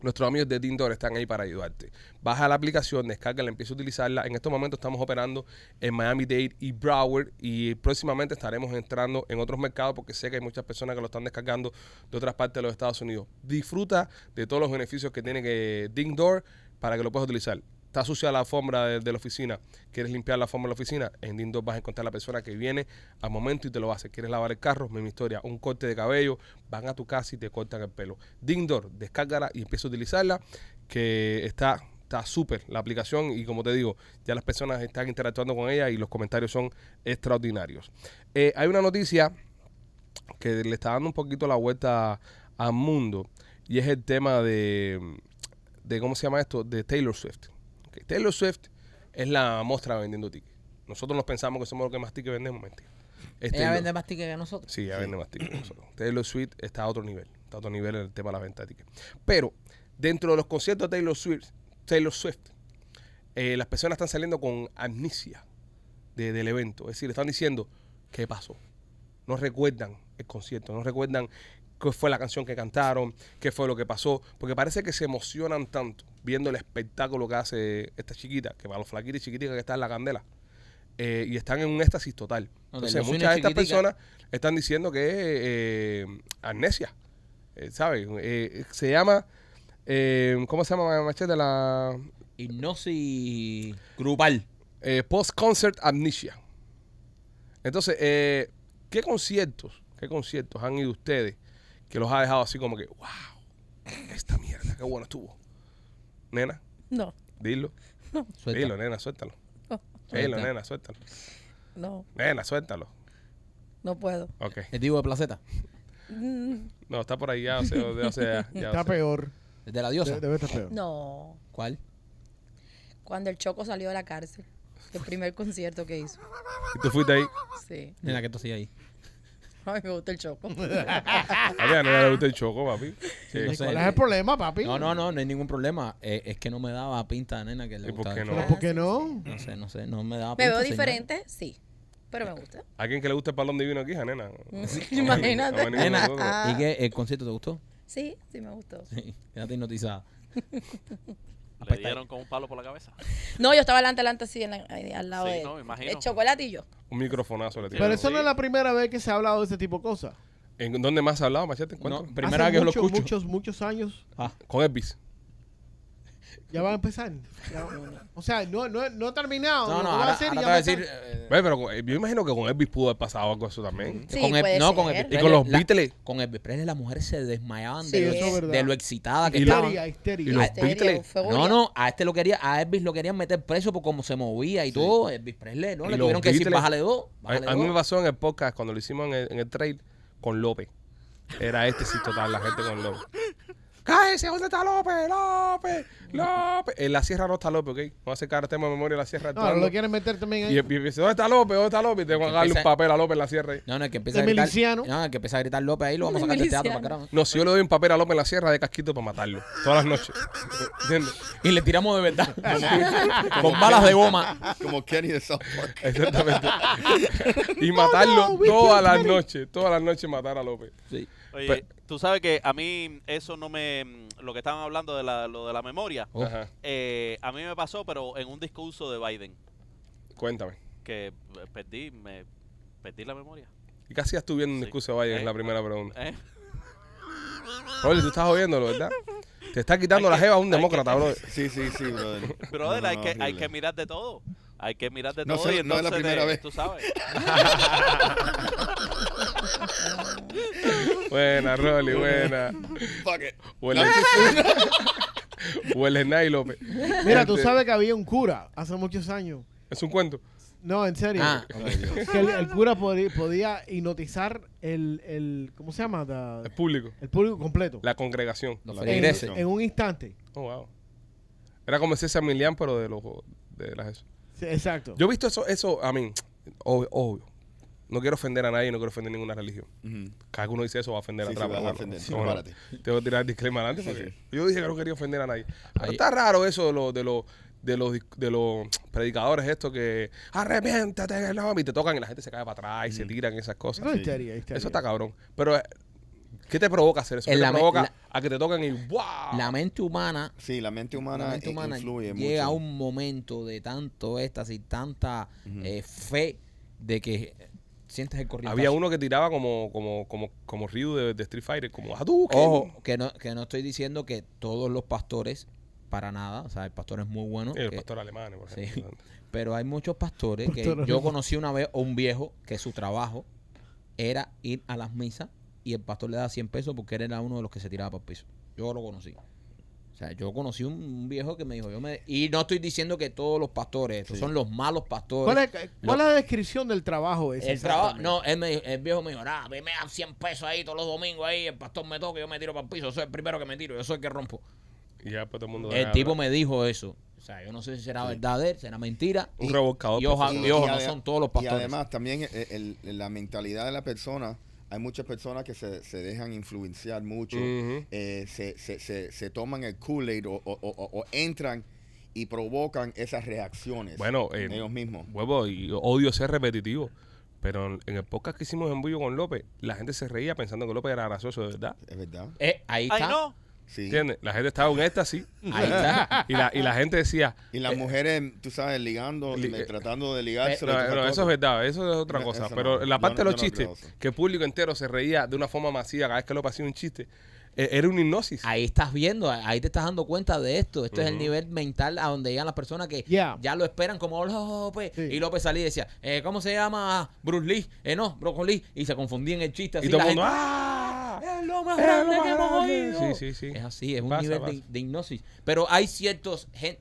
C: Nuestros amigos de Tindor están ahí para ayudarte. Baja la aplicación, descárgala, empieza a utilizarla. En estos momentos estamos operando en Miami-Dade y Broward y próximamente estaremos entrando en otros mercados porque sé que hay muchas personas que lo están descargando de otras partes de los Estados Unidos. Disfruta de todos los beneficios que tiene que Dindor para que lo puedas utilizar. Está sucia la alfombra de, de la oficina. ¿Quieres limpiar la alfombra de la oficina? En Dindor vas a encontrar la persona que viene al momento y te lo hace. ¿Quieres lavar el carro? Misma historia. Un corte de cabello. Van a tu casa y te cortan el pelo. Dindor, descárgala y empieza a utilizarla. Que está está súper la aplicación. Y como te digo, ya las personas están interactuando con ella y los comentarios son extraordinarios. Eh, hay una noticia que le está dando un poquito la vuelta al mundo y es el tema de, de ¿cómo se llama esto? De Taylor Swift. Ok, Taylor Swift es la mostra vendiendo tickets. Nosotros nos pensamos que somos los que más tickets vendemos, mentira. Es
D: Ella
C: Taylor-
D: vende más tickets que nosotros.
C: Sí, ya vende más tickets que nosotros. Taylor Swift está a otro nivel. Está a otro nivel en el tema de la venta de tickets. Pero dentro de los conciertos de Taylor Swift, Taylor Swift eh, las personas están saliendo con amnesia de- del evento. Es decir, están diciendo qué pasó. No recuerdan el concierto, no recuerdan qué fue la canción que cantaron, qué fue lo que pasó, porque parece que se emocionan tanto viendo el espectáculo que hace esta chiquita, que para los flaquitos y chiquiticas que está en la candela. eh, y están en un éxtasis total.
D: No, de
C: Entonces,
D: los
C: muchas de estas
D: cines chiquiticas.
C: personas están diciendo que es eh, amnesia. eh, ¿Sabes? Eh, se llama. eh, ¿Cómo se llama, Machete? La.
D: Hipnosis grupal.
C: Eh, Post-concert amnesia. Entonces, eh, ¿qué conciertos, qué conciertos han ido ustedes que los ha dejado así como que, wow, esta mierda, qué bueno estuvo? Nena,
J: No,
C: dilo.
D: Suelta.
C: Dilo, nena, suéltalo. Dilo,
D: Suelta.
C: nena, suéltalo.
J: no,
C: Nena, suéltalo.
J: no puedo.
C: Ok.
D: El tipo de placeta.
C: No, está por ahí ya, o sea, o sea, ya,
E: Está
C: o sea.
E: peor.
D: El de la diosa.
E: De- Debe estar peor.
J: No,
D: ¿Cuál?
J: cuando el Choco salió de la cárcel, el primer concierto que hizo.
C: Y tú fuiste ahí.
J: Sí,
D: En la que tú ahí.
J: a mí me gusta el Choco.
C: A mí a nena le gusta el choco, papi. Sí.
D: No sé.
E: ¿Cuál es el problema, papi?
D: No, no, no, no hay ningún problema. Eh, es que no me daba pinta, nena, que le
C: ¿Y por
D: gustaba.
C: qué
D: el
C: no?
D: choco.
E: ¿Pero por qué no?
D: No sé, no sé, no me daba
J: ¿Me
D: pinta.
J: veo
D: señor.
J: diferente? Sí, pero me gusta.
C: ¿Alguien que le gusta el palón divino aquí, a nena?
J: Imagínate.
C: No, ninguno de
D: Nena,
C: nosotros.
D: ¿y qué? ¿El concierto te gustó?
J: Sí, sí me gustó.
D: Sí, quédate hipnotizada.
G: Le dieron con un palo por la cabeza.
J: No, yo estaba adelante, adelante, así, en la- ahí al lado
G: Sí,
J: de
G: no, me imagino.
J: el chocolate y yo.
C: Un microfonazo le
E: Pero
C: tiraron.
E: eso no es la primera vez que se ha hablado de ese tipo de cosas.
C: ¿En dónde más has hablado, Machete?
D: No,
C: Cuéntame.
D: primera vez
E: Hace
D: que yo lo
E: muchos,
D: escucho.
E: muchos, muchos años.
D: Ah,
C: Con Elvis.
E: Ya va a empezar. Ya va- o sea, no, no, no he terminado.
D: no, no,
E: Lo que voy a
D: ahora,
E: hacer y
D: ahora te voy
E: ya
D: a
E: me
D: decir.
E: está-
D: eh,
C: Ve, pero con- yo imagino que con Elvis pudo haber pasado algo de eso también.
J: Sí,
D: con el-
J: puede
D: no,
J: ser.
D: con el-
C: Y con los
D: la-
C: Beatles.
D: con el Presley las mujeres se desmayaban
E: Sí,
D: de,
E: eso es verdad.
D: de lo excitada que este
C: Y lo-
D: estaban.
E: Histeria, histeria.
C: Y los
J: Histeria,
C: Beatles.
J: euforia.
D: No, no, a este lo quería, a Elvis lo querían meter preso por cómo se movía y todo. Elvis Presley, ¿no?
C: Y
D: Le
C: los
D: tuvieron que decir,
C: Beatles.
D: bájale dos.
C: A,
D: Bájale
C: a mí me
D: dos".
C: pasó en el podcast cuando lo hicimos en el, en el trail con López. Era este sí total, la gente con López. ¡Cállese! ¿Dónde está López? ¡López! ¡López! En la sierra no está López, ¿ok? Vamos a sacar el tema de memoria de la sierra.
E: No, ahora
C: actuando.
E: lo quieren meter también
C: y
E: ahí.
C: el- y dice, ¿dónde está López? ¿Dónde está López? Y tengo que
D: Que
C: darle un
D: empieza-
C: papel a López en la sierra. ahí.
D: No, no, el que empieza
E: De
D: a gritar.
E: miliciano.
D: No, el que empieza a gritar López ahí lo vamos a
J: De
D: sacar del teatro para
J: miliciano.
D: carajo.
C: No, si yo le doy un papel a López en la sierra de casquito para matarlo. Todas las noches. ¿Entiendes?
D: Y le tiramos de verdad. Con
F: Como
D: balas de
F: Kenny-
D: goma.
F: Como Kenny de South Park.
C: Exactamente. y matarlo
E: we
C: todas
E: killed
C: las
E: Kenny.
C: noches. Todas las noches matar a López.
D: Sí.
F: Pues-
G: Oye, tú sabes que a mí eso no me... Lo que estaban hablando de la, lo de la memoria,
D: Oh.
C: Ajá.
G: eh, a mí me pasó, pero en un discurso de Biden,
C: Cuéntame.
G: que eh, perdí, me perdí la memoria.
C: ¿Y qué hacías tú viendo un
G: Sí.
C: discurso de Biden? Es
G: Eh,
C: la primera pregunta.
G: ¿Eh?
C: Rolly, tú estás oyéndolo, ¿verdad? Te está quitando
G: Hay
C: la
G: que-
C: jeva a un
G: hay que-
C: demócrata, bro.
F: Sí, sí, sí, brother.
G: Brother,
F: No, no,
G: hay, que, hay
F: horrible.
G: que mirar de todo. Hay que mirar de
F: No
G: todo.
F: sé,
G: y
F: no es la
G: entonces
F: primera
G: de-
F: vez.
G: Tú sabes.
C: Buena, Rolly, buena.
F: Fuck it.
C: Huele, huele Nay López.
E: Mira, tú
C: Este,
E: sabes que había un cura hace muchos años.
C: Es un cuento.
E: No, en serio.
D: Ah.
E: Que el, el cura podía, podía hipnotizar el, el. ¿Cómo se llama? Da-
C: Es público.
E: el público completo.
C: La congregación.
D: Los
F: La
E: en,
D: feligreses.
E: en un instante.
C: Oh, wow. Era como ese Emilian, pero de los de las eso.
E: Sí, exacto.
C: Yo he visto eso, eso, a mí, obvio, obvio. No quiero ofender a nadie, no quiero ofender ninguna religión.
F: Ujú.
C: Cada que uno dice eso va a ofender
F: Sí,
C: a otra
F: sí, vas a
C: persona.
F: ofender.
C: ¿Cómo no?
F: Prepárate.
C: Tengo que tirar el disclaimer adelante.
F: Sí,
C: porque Yo dije que no quería ofender a nadie. Pero
D: Ahí-
C: está raro eso de los de los de los dis- de los predicadores estos que arrepiéntate en el nombre", y te tocan y la gente se cae para atrás y se tiran y esas cosas.
E: no, histeria, histeria.
C: Eso está cabrón. Pero eh, ¿qué te provoca hacer eso? ¿Qué
D: En
C: te
D: la me-
C: provoca
D: la-
C: a que te toquen y wow?
D: La mente humana
F: Sí, la mente humana,
D: la mente
F: i-
D: humana
F: eh, influye
D: llega a
F: mucho.
D: un momento de tanto éxtasis, tanta eh, fe de que sientes el corriente.
C: Había uno que tiraba como como como como Ryu de, de Street Fighter, como Hadouken.
D: Ojo, que no, que no estoy diciendo que todos los pastores, para nada, o sea, el pastor es muy bueno. eh,
C: El
D: que-
C: pastor alemán, por
D: sí.
C: ejemplo.
D: Pero hay muchos pastores que
E: Pastor
D: yo
E: alemán.
D: conocí una vez a un viejo que su trabajo era ir a las misas y el pastor le daba 100 pesos porque él era uno de los que se tiraba para el piso. Yo lo conocí. O sea, yo conocí un, un viejo que me dijo, yo me... Y no estoy diciendo que todos los pastores, estos
F: Sí.
D: son los malos pastores.
E: ¿Cuál es, cuál
D: Lo-
E: es la descripción del trabajo ese?
D: el trabajo,
E: exactamente?
D: no, él me dijo- el viejo me dijo, "Nah, a mí me dan 100 pesos ahí todos los domingos ahí, el pastor me toca, yo me tiro para el piso, yo soy el primero que me tiro, yo soy el que rompo.
C: Y ya pues todo el mundo
D: El
C: da-
D: tipo me dijo eso. O sea, yo no sé si será verdad de él, será mentira.
C: un
F: y-
C: revolcador.
D: y ojalá-
C: perfecto.
D: y ojo, no
F: adem-
D: son todos los pastores.
F: Oh, pues, Y además, también eh, el- el- la mentalidad de la persona. Hay muchas personas que se, se dejan influenciar mucho,
C: Ujú.
F: eh, se, se, se, se toman el Kool-Aid o, o- o- o- o entran. y provocan esas reacciones
C: Bueno, eh,
F: en ellos mismos.
C: Huevo, y odio ser repetitivo. Pero en en el podcast que hicimos en Bullo con López, la gente se reía pensando que López era gracioso, de verdad.
F: Es verdad.
D: Eh, ahí
G: Ay,
D: está.
G: no.
F: Sí.
C: ¿Entiendes? La gente estaba en éxtasis.
D: Ahí está.
C: Y la, y la gente decía.
F: Y las mujeres, tú sabes, ligando,
C: Eh, li-
F: me- tratando de
C: "Eh,
F: ligarse.
C: no, no, eso es verdad, eso es otra
F: No,
C: cosa.
F: eso
C: Pero
F: no.
C: la parte
F: Yo no-
C: de los
F: yo no
C: chistes,
F: creo eso.
C: que el público entero se reía de una forma masiva cada vez que López hacía un chiste, eh, era una hipnosis.
D: Ahí estás viendo, ahí te estás dando cuenta de esto. Esto es el
C: Ujú.
D: nivel mental a donde llegan las personas que
E: Yeah.
D: ya lo esperan como "Oh, López.
E: Sí.
D: pues". Y López salía y decía, eh, ¿cómo se llama Bruce Lee? Eh, no, Broccoli. Y se confundía en el chiste. Así
C: y todo
D: la
C: el mundo.
D: gente,
C: ¡Ah!
D: Es lo más
C: Es lo
D: grande
C: más
D: que hemos
C: grande".
D: oído.
C: Sí, sí, sí.
D: Es así, es un
C: Pasa,
D: nivel
C: pasa.
D: De, de hipnosis. Pero hay ciertos gen-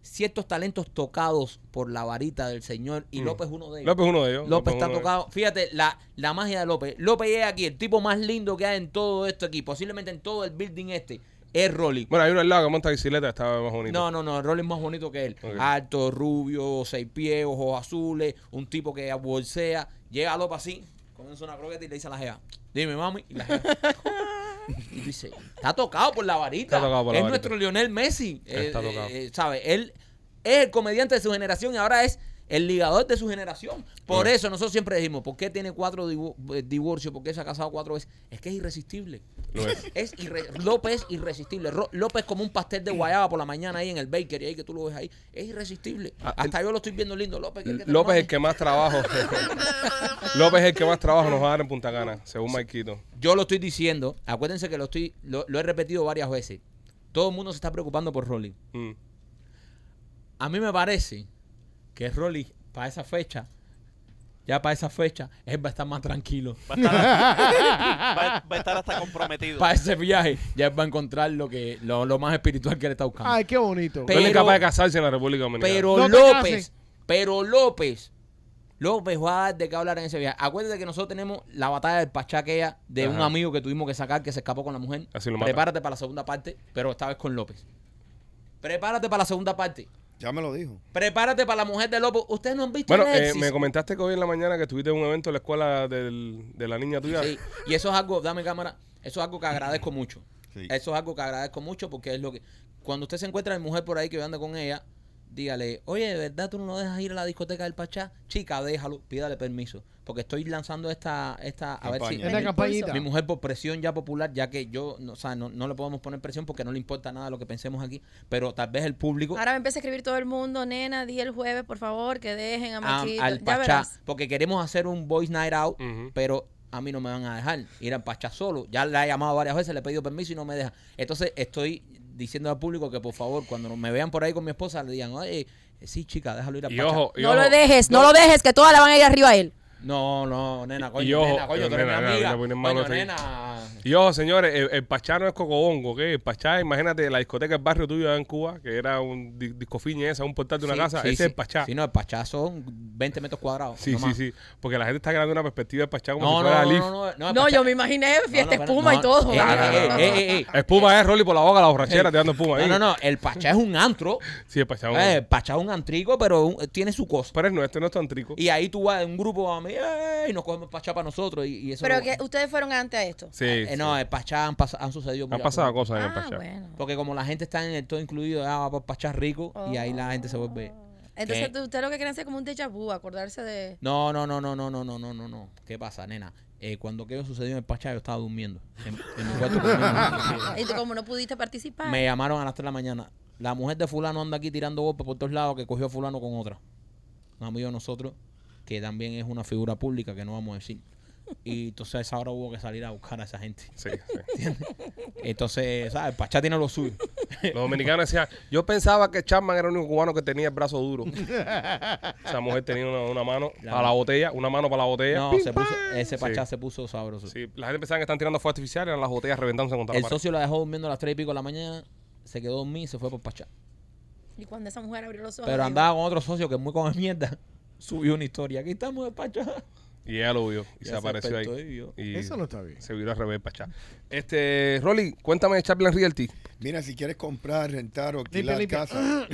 D: ciertos talentos tocados por la varita del señor y
C: Mm.
D: López es uno de ellos.
C: López es uno de ellos.
D: López está
C: es uno de
D: tocado. Fíjate la, la magia de López. López es aquí, el tipo más lindo que hay en todo esto aquí, posiblemente en todo el building este, es Rolly.
C: ellos. Bueno, hay uno al lado que monta bicicleta, estaba más bonito.
D: No, no, no, Rolly es más bonito que él.
C: Ok.
D: Alto, rubio, seis pies, ojos azules, un tipo que bolsea. Llega López así, comienza una croqueta y le dice a la jefa, dime mami, y la jefa, y dice, está tocado por la varita.
C: Está tocado por la
D: es
C: varita.
D: nuestro Lionel Messi.
C: Está
D: Eh,
C: tocado.
D: eh, ¿Sabe? Él es el comediante de su generación y ahora es el ligador de su generación. Por
C: Sí.
D: eso nosotros siempre decimos, ¿por qué tiene cuatro divo- eh, divorcios? ¿Por qué se ha casado cuatro veces? Es que es irresistible.
C: Lo es.
D: Es irre- López es irresistible. Ro- López es como un pastel de guayaba por la mañana ahí en el bakery, ahí que tú lo ves ahí. Es irresistible.
C: Ah,
D: Hasta yo lo estoy viendo lindo, López. que es que te
C: López es
D: mames.
C: el que más trabajo. López es el que más trabajo nos va a dar en Punta Cana, según Marquito.
D: Yo lo estoy diciendo. Acuérdense que lo, estoy, lo, lo he repetido varias veces. Todo el mundo se está preocupando por Rolly.
C: Mm.
D: A mí me parece que Rolly, para esa fecha, ya para esa fecha, él va a estar más tranquilo.
G: Va a estar, va a- va a estar hasta comprometido.
D: Para ese viaje, ya él va a encontrar lo que lo, lo más espiritual que le está buscando.
E: Ay, qué bonito.
D: Pe-
C: Él es
D: Pero-
C: capaz de casarse en la República Dominicana.
D: Pero
E: No te
D: López,
E: cases.
D: pero López, López va a dar de qué hablar en ese viaje. Acuérdate que nosotros tenemos la batalla del Pachaquea de un
C: Ajá.
D: amigo que tuvimos que sacar que se escapó con la mujer.
C: Así lo mata.
D: Prepárate para la segunda parte, pero esta vez con López. Prepárate para la segunda parte.
F: Ya me lo dijo.
D: Prepárate para la mujer de López. Ustedes no han visto
C: bueno,
D: el
C: eh,
D: Alexis?
C: me comentaste que hoy en la mañana que estuviste en un evento en la escuela del- de la niña tuya.
D: Sí, Y eso es algo, dame cámara, eso es algo que agradezco mucho.
F: Sí.
D: Eso es algo que agradezco mucho porque es lo que... Cuando usted se encuentra de mujer por ahí que anda con ella, dígale, oye, ¿de verdad tú no lo dejas ir a la discoteca del Pachá? Chica, déjalo, pídale permiso. Porque estoy lanzando esta... esta a ver si...
F: Campaña.
E: Esta campañita.
D: Mi mujer por presión ya popular, ya que yo, no, o sea, no, no le podemos poner presión porque no le importa nada lo que pensemos aquí, pero tal vez el público...
J: Ahora me empieza a escribir todo el mundo, nena, di el jueves, por favor, que dejen a
D: a-
J: Maquito.
D: Ah, al
J: ya
D: Pachá,
J: verás.
D: porque queremos hacer un voice night out,
C: Ujú.
D: pero a mí no me van a dejar ir al Pachá solo. Ya la he llamado varias veces, le he pedido permiso y no me deja. Entonces estoy diciendo al público que por favor, cuando me vean por ahí con mi esposa, le digan, oye, sí, chica, déjalo ir al
C: Y
D: Pachá.
C: ojo, y
J: No
C: ojo,
J: lo dejes, no, lo dejes, que todas la van a ir arriba a él.
D: No, no, nena, coño,
C: Y ojo,
D: nena, coño, tú eres
C: nena,
D: mi amiga.
C: nena, ponen
D: Coño,
C: malo aquí.
D: nena.
C: Y ojo, señores, el, el Pachá no es cocobongo, ¿ok? El Pachá, imagínate la discoteca del barrio tuyo allá en Cuba, que era un di- discofiñe esa, un portal de una
D: Sí,
C: casa.
D: sí,
C: Ese
D: sí.
C: es el Pachá.
D: Sí, no, el Pachá son 20 metros cuadrados.
C: sí,
D: no
C: sí,
D: más.
C: sí. Porque la gente está creando una perspectiva del Pachá como
D: No,
C: si
D: no,
C: fuera
D: no,
C: Alif.
D: no, no, no, el
J: No,
D: Pachá-
J: yo me imaginé fiesta,
D: no, pero-
J: espuma
D: no,
J: y todo.
D: eh,
C: No, no, no,
D: eh,
C: no,
D: eh,
C: no.
D: eh, eh.
C: Espuma es Rolly por la boca, la borrachera, tirando espuma ahí.
D: No, no, no, el Pachá es un antro.
C: Sí, el Pachá. es un-
D: Eh, Pachá es un antrico, pero un- tiene su cosa.
C: Pero es nuestro, no es tan trico.
D: Y ahí tú vas en un grupo a mí ¡eh! y nos cogemos pachá para nosotros y, y eso.
J: Pero que ustedes fueron antes a esto.
C: sí,
D: Eh,
C: sí.
D: No, el pachá han, pas- han sucedido
C: Han
D: muchas
C: pasado
D: cosas.
C: cosas en el
J: Ah,
C: Pachá.
J: bueno.
D: Porque como la gente está en el todo incluido, ah, va por pachá rico y ahí la gente se vuelve.
J: Oh. Entonces,
D: ¿Qué?
J: tú- ustedes lo que quieren hacer es como un déjà vu, acordarse de...
D: No, no, no, no, no, no, no, no, no, no. ¿Qué pasa, nena? Eh, cuando aquello sucedió en el pachá yo estaba durmiendo. En, en mi cuarto durmiendo.
J: Y tú, como no pudiste participar.
D: Me llamaron a las 3 de la mañana. La mujer de fulano anda aquí tirando golpes por todos lados que cogió a fulano con otra. Un amigo de nosotros, que también es una figura pública que no vamos a decir. Y entonces a esa hora hubo que salir a buscar a esa gente.
C: Sí, sí.
D: Entonces, ¿sabes? Pachá tiene lo suyo.
C: Los dominicanos decían, yo pensaba que Chapman era el único cubano que tenía el brazo duro. Esa mujer tenía una, una mano
D: La-
C: a la botella, una mano para la botella.
D: No, se puso, ese Pachá
C: Sí.
D: se puso sabroso.
C: Sí, la gente pensaba que estaban tirando fuego artificial, eran las botellas reventándose contra
D: El
C: la pared.
D: socio la dejó durmiendo a las 3 y pico de la mañana, se quedó dormido y se fue por Pachá.
J: Y cuando esa mujer abrió los ojos...
D: Pero
J: dijo,
D: andaba con otro socio que es muy con mierda. Subió una historia. Aquí estamos de Pachá.
C: Y ella lo vio y
D: Ya
C: se
D: se
C: apareció ahí.
D: despertó y vio.
C: Y
E: Eso no está bien.
C: Se viró al revés, Pachá. Este, Rolly, cuéntame de Chaplin Realty.
F: Mira, si quieres comprar, rentar o
E: Limpia, limpia.
F: alquilar casa.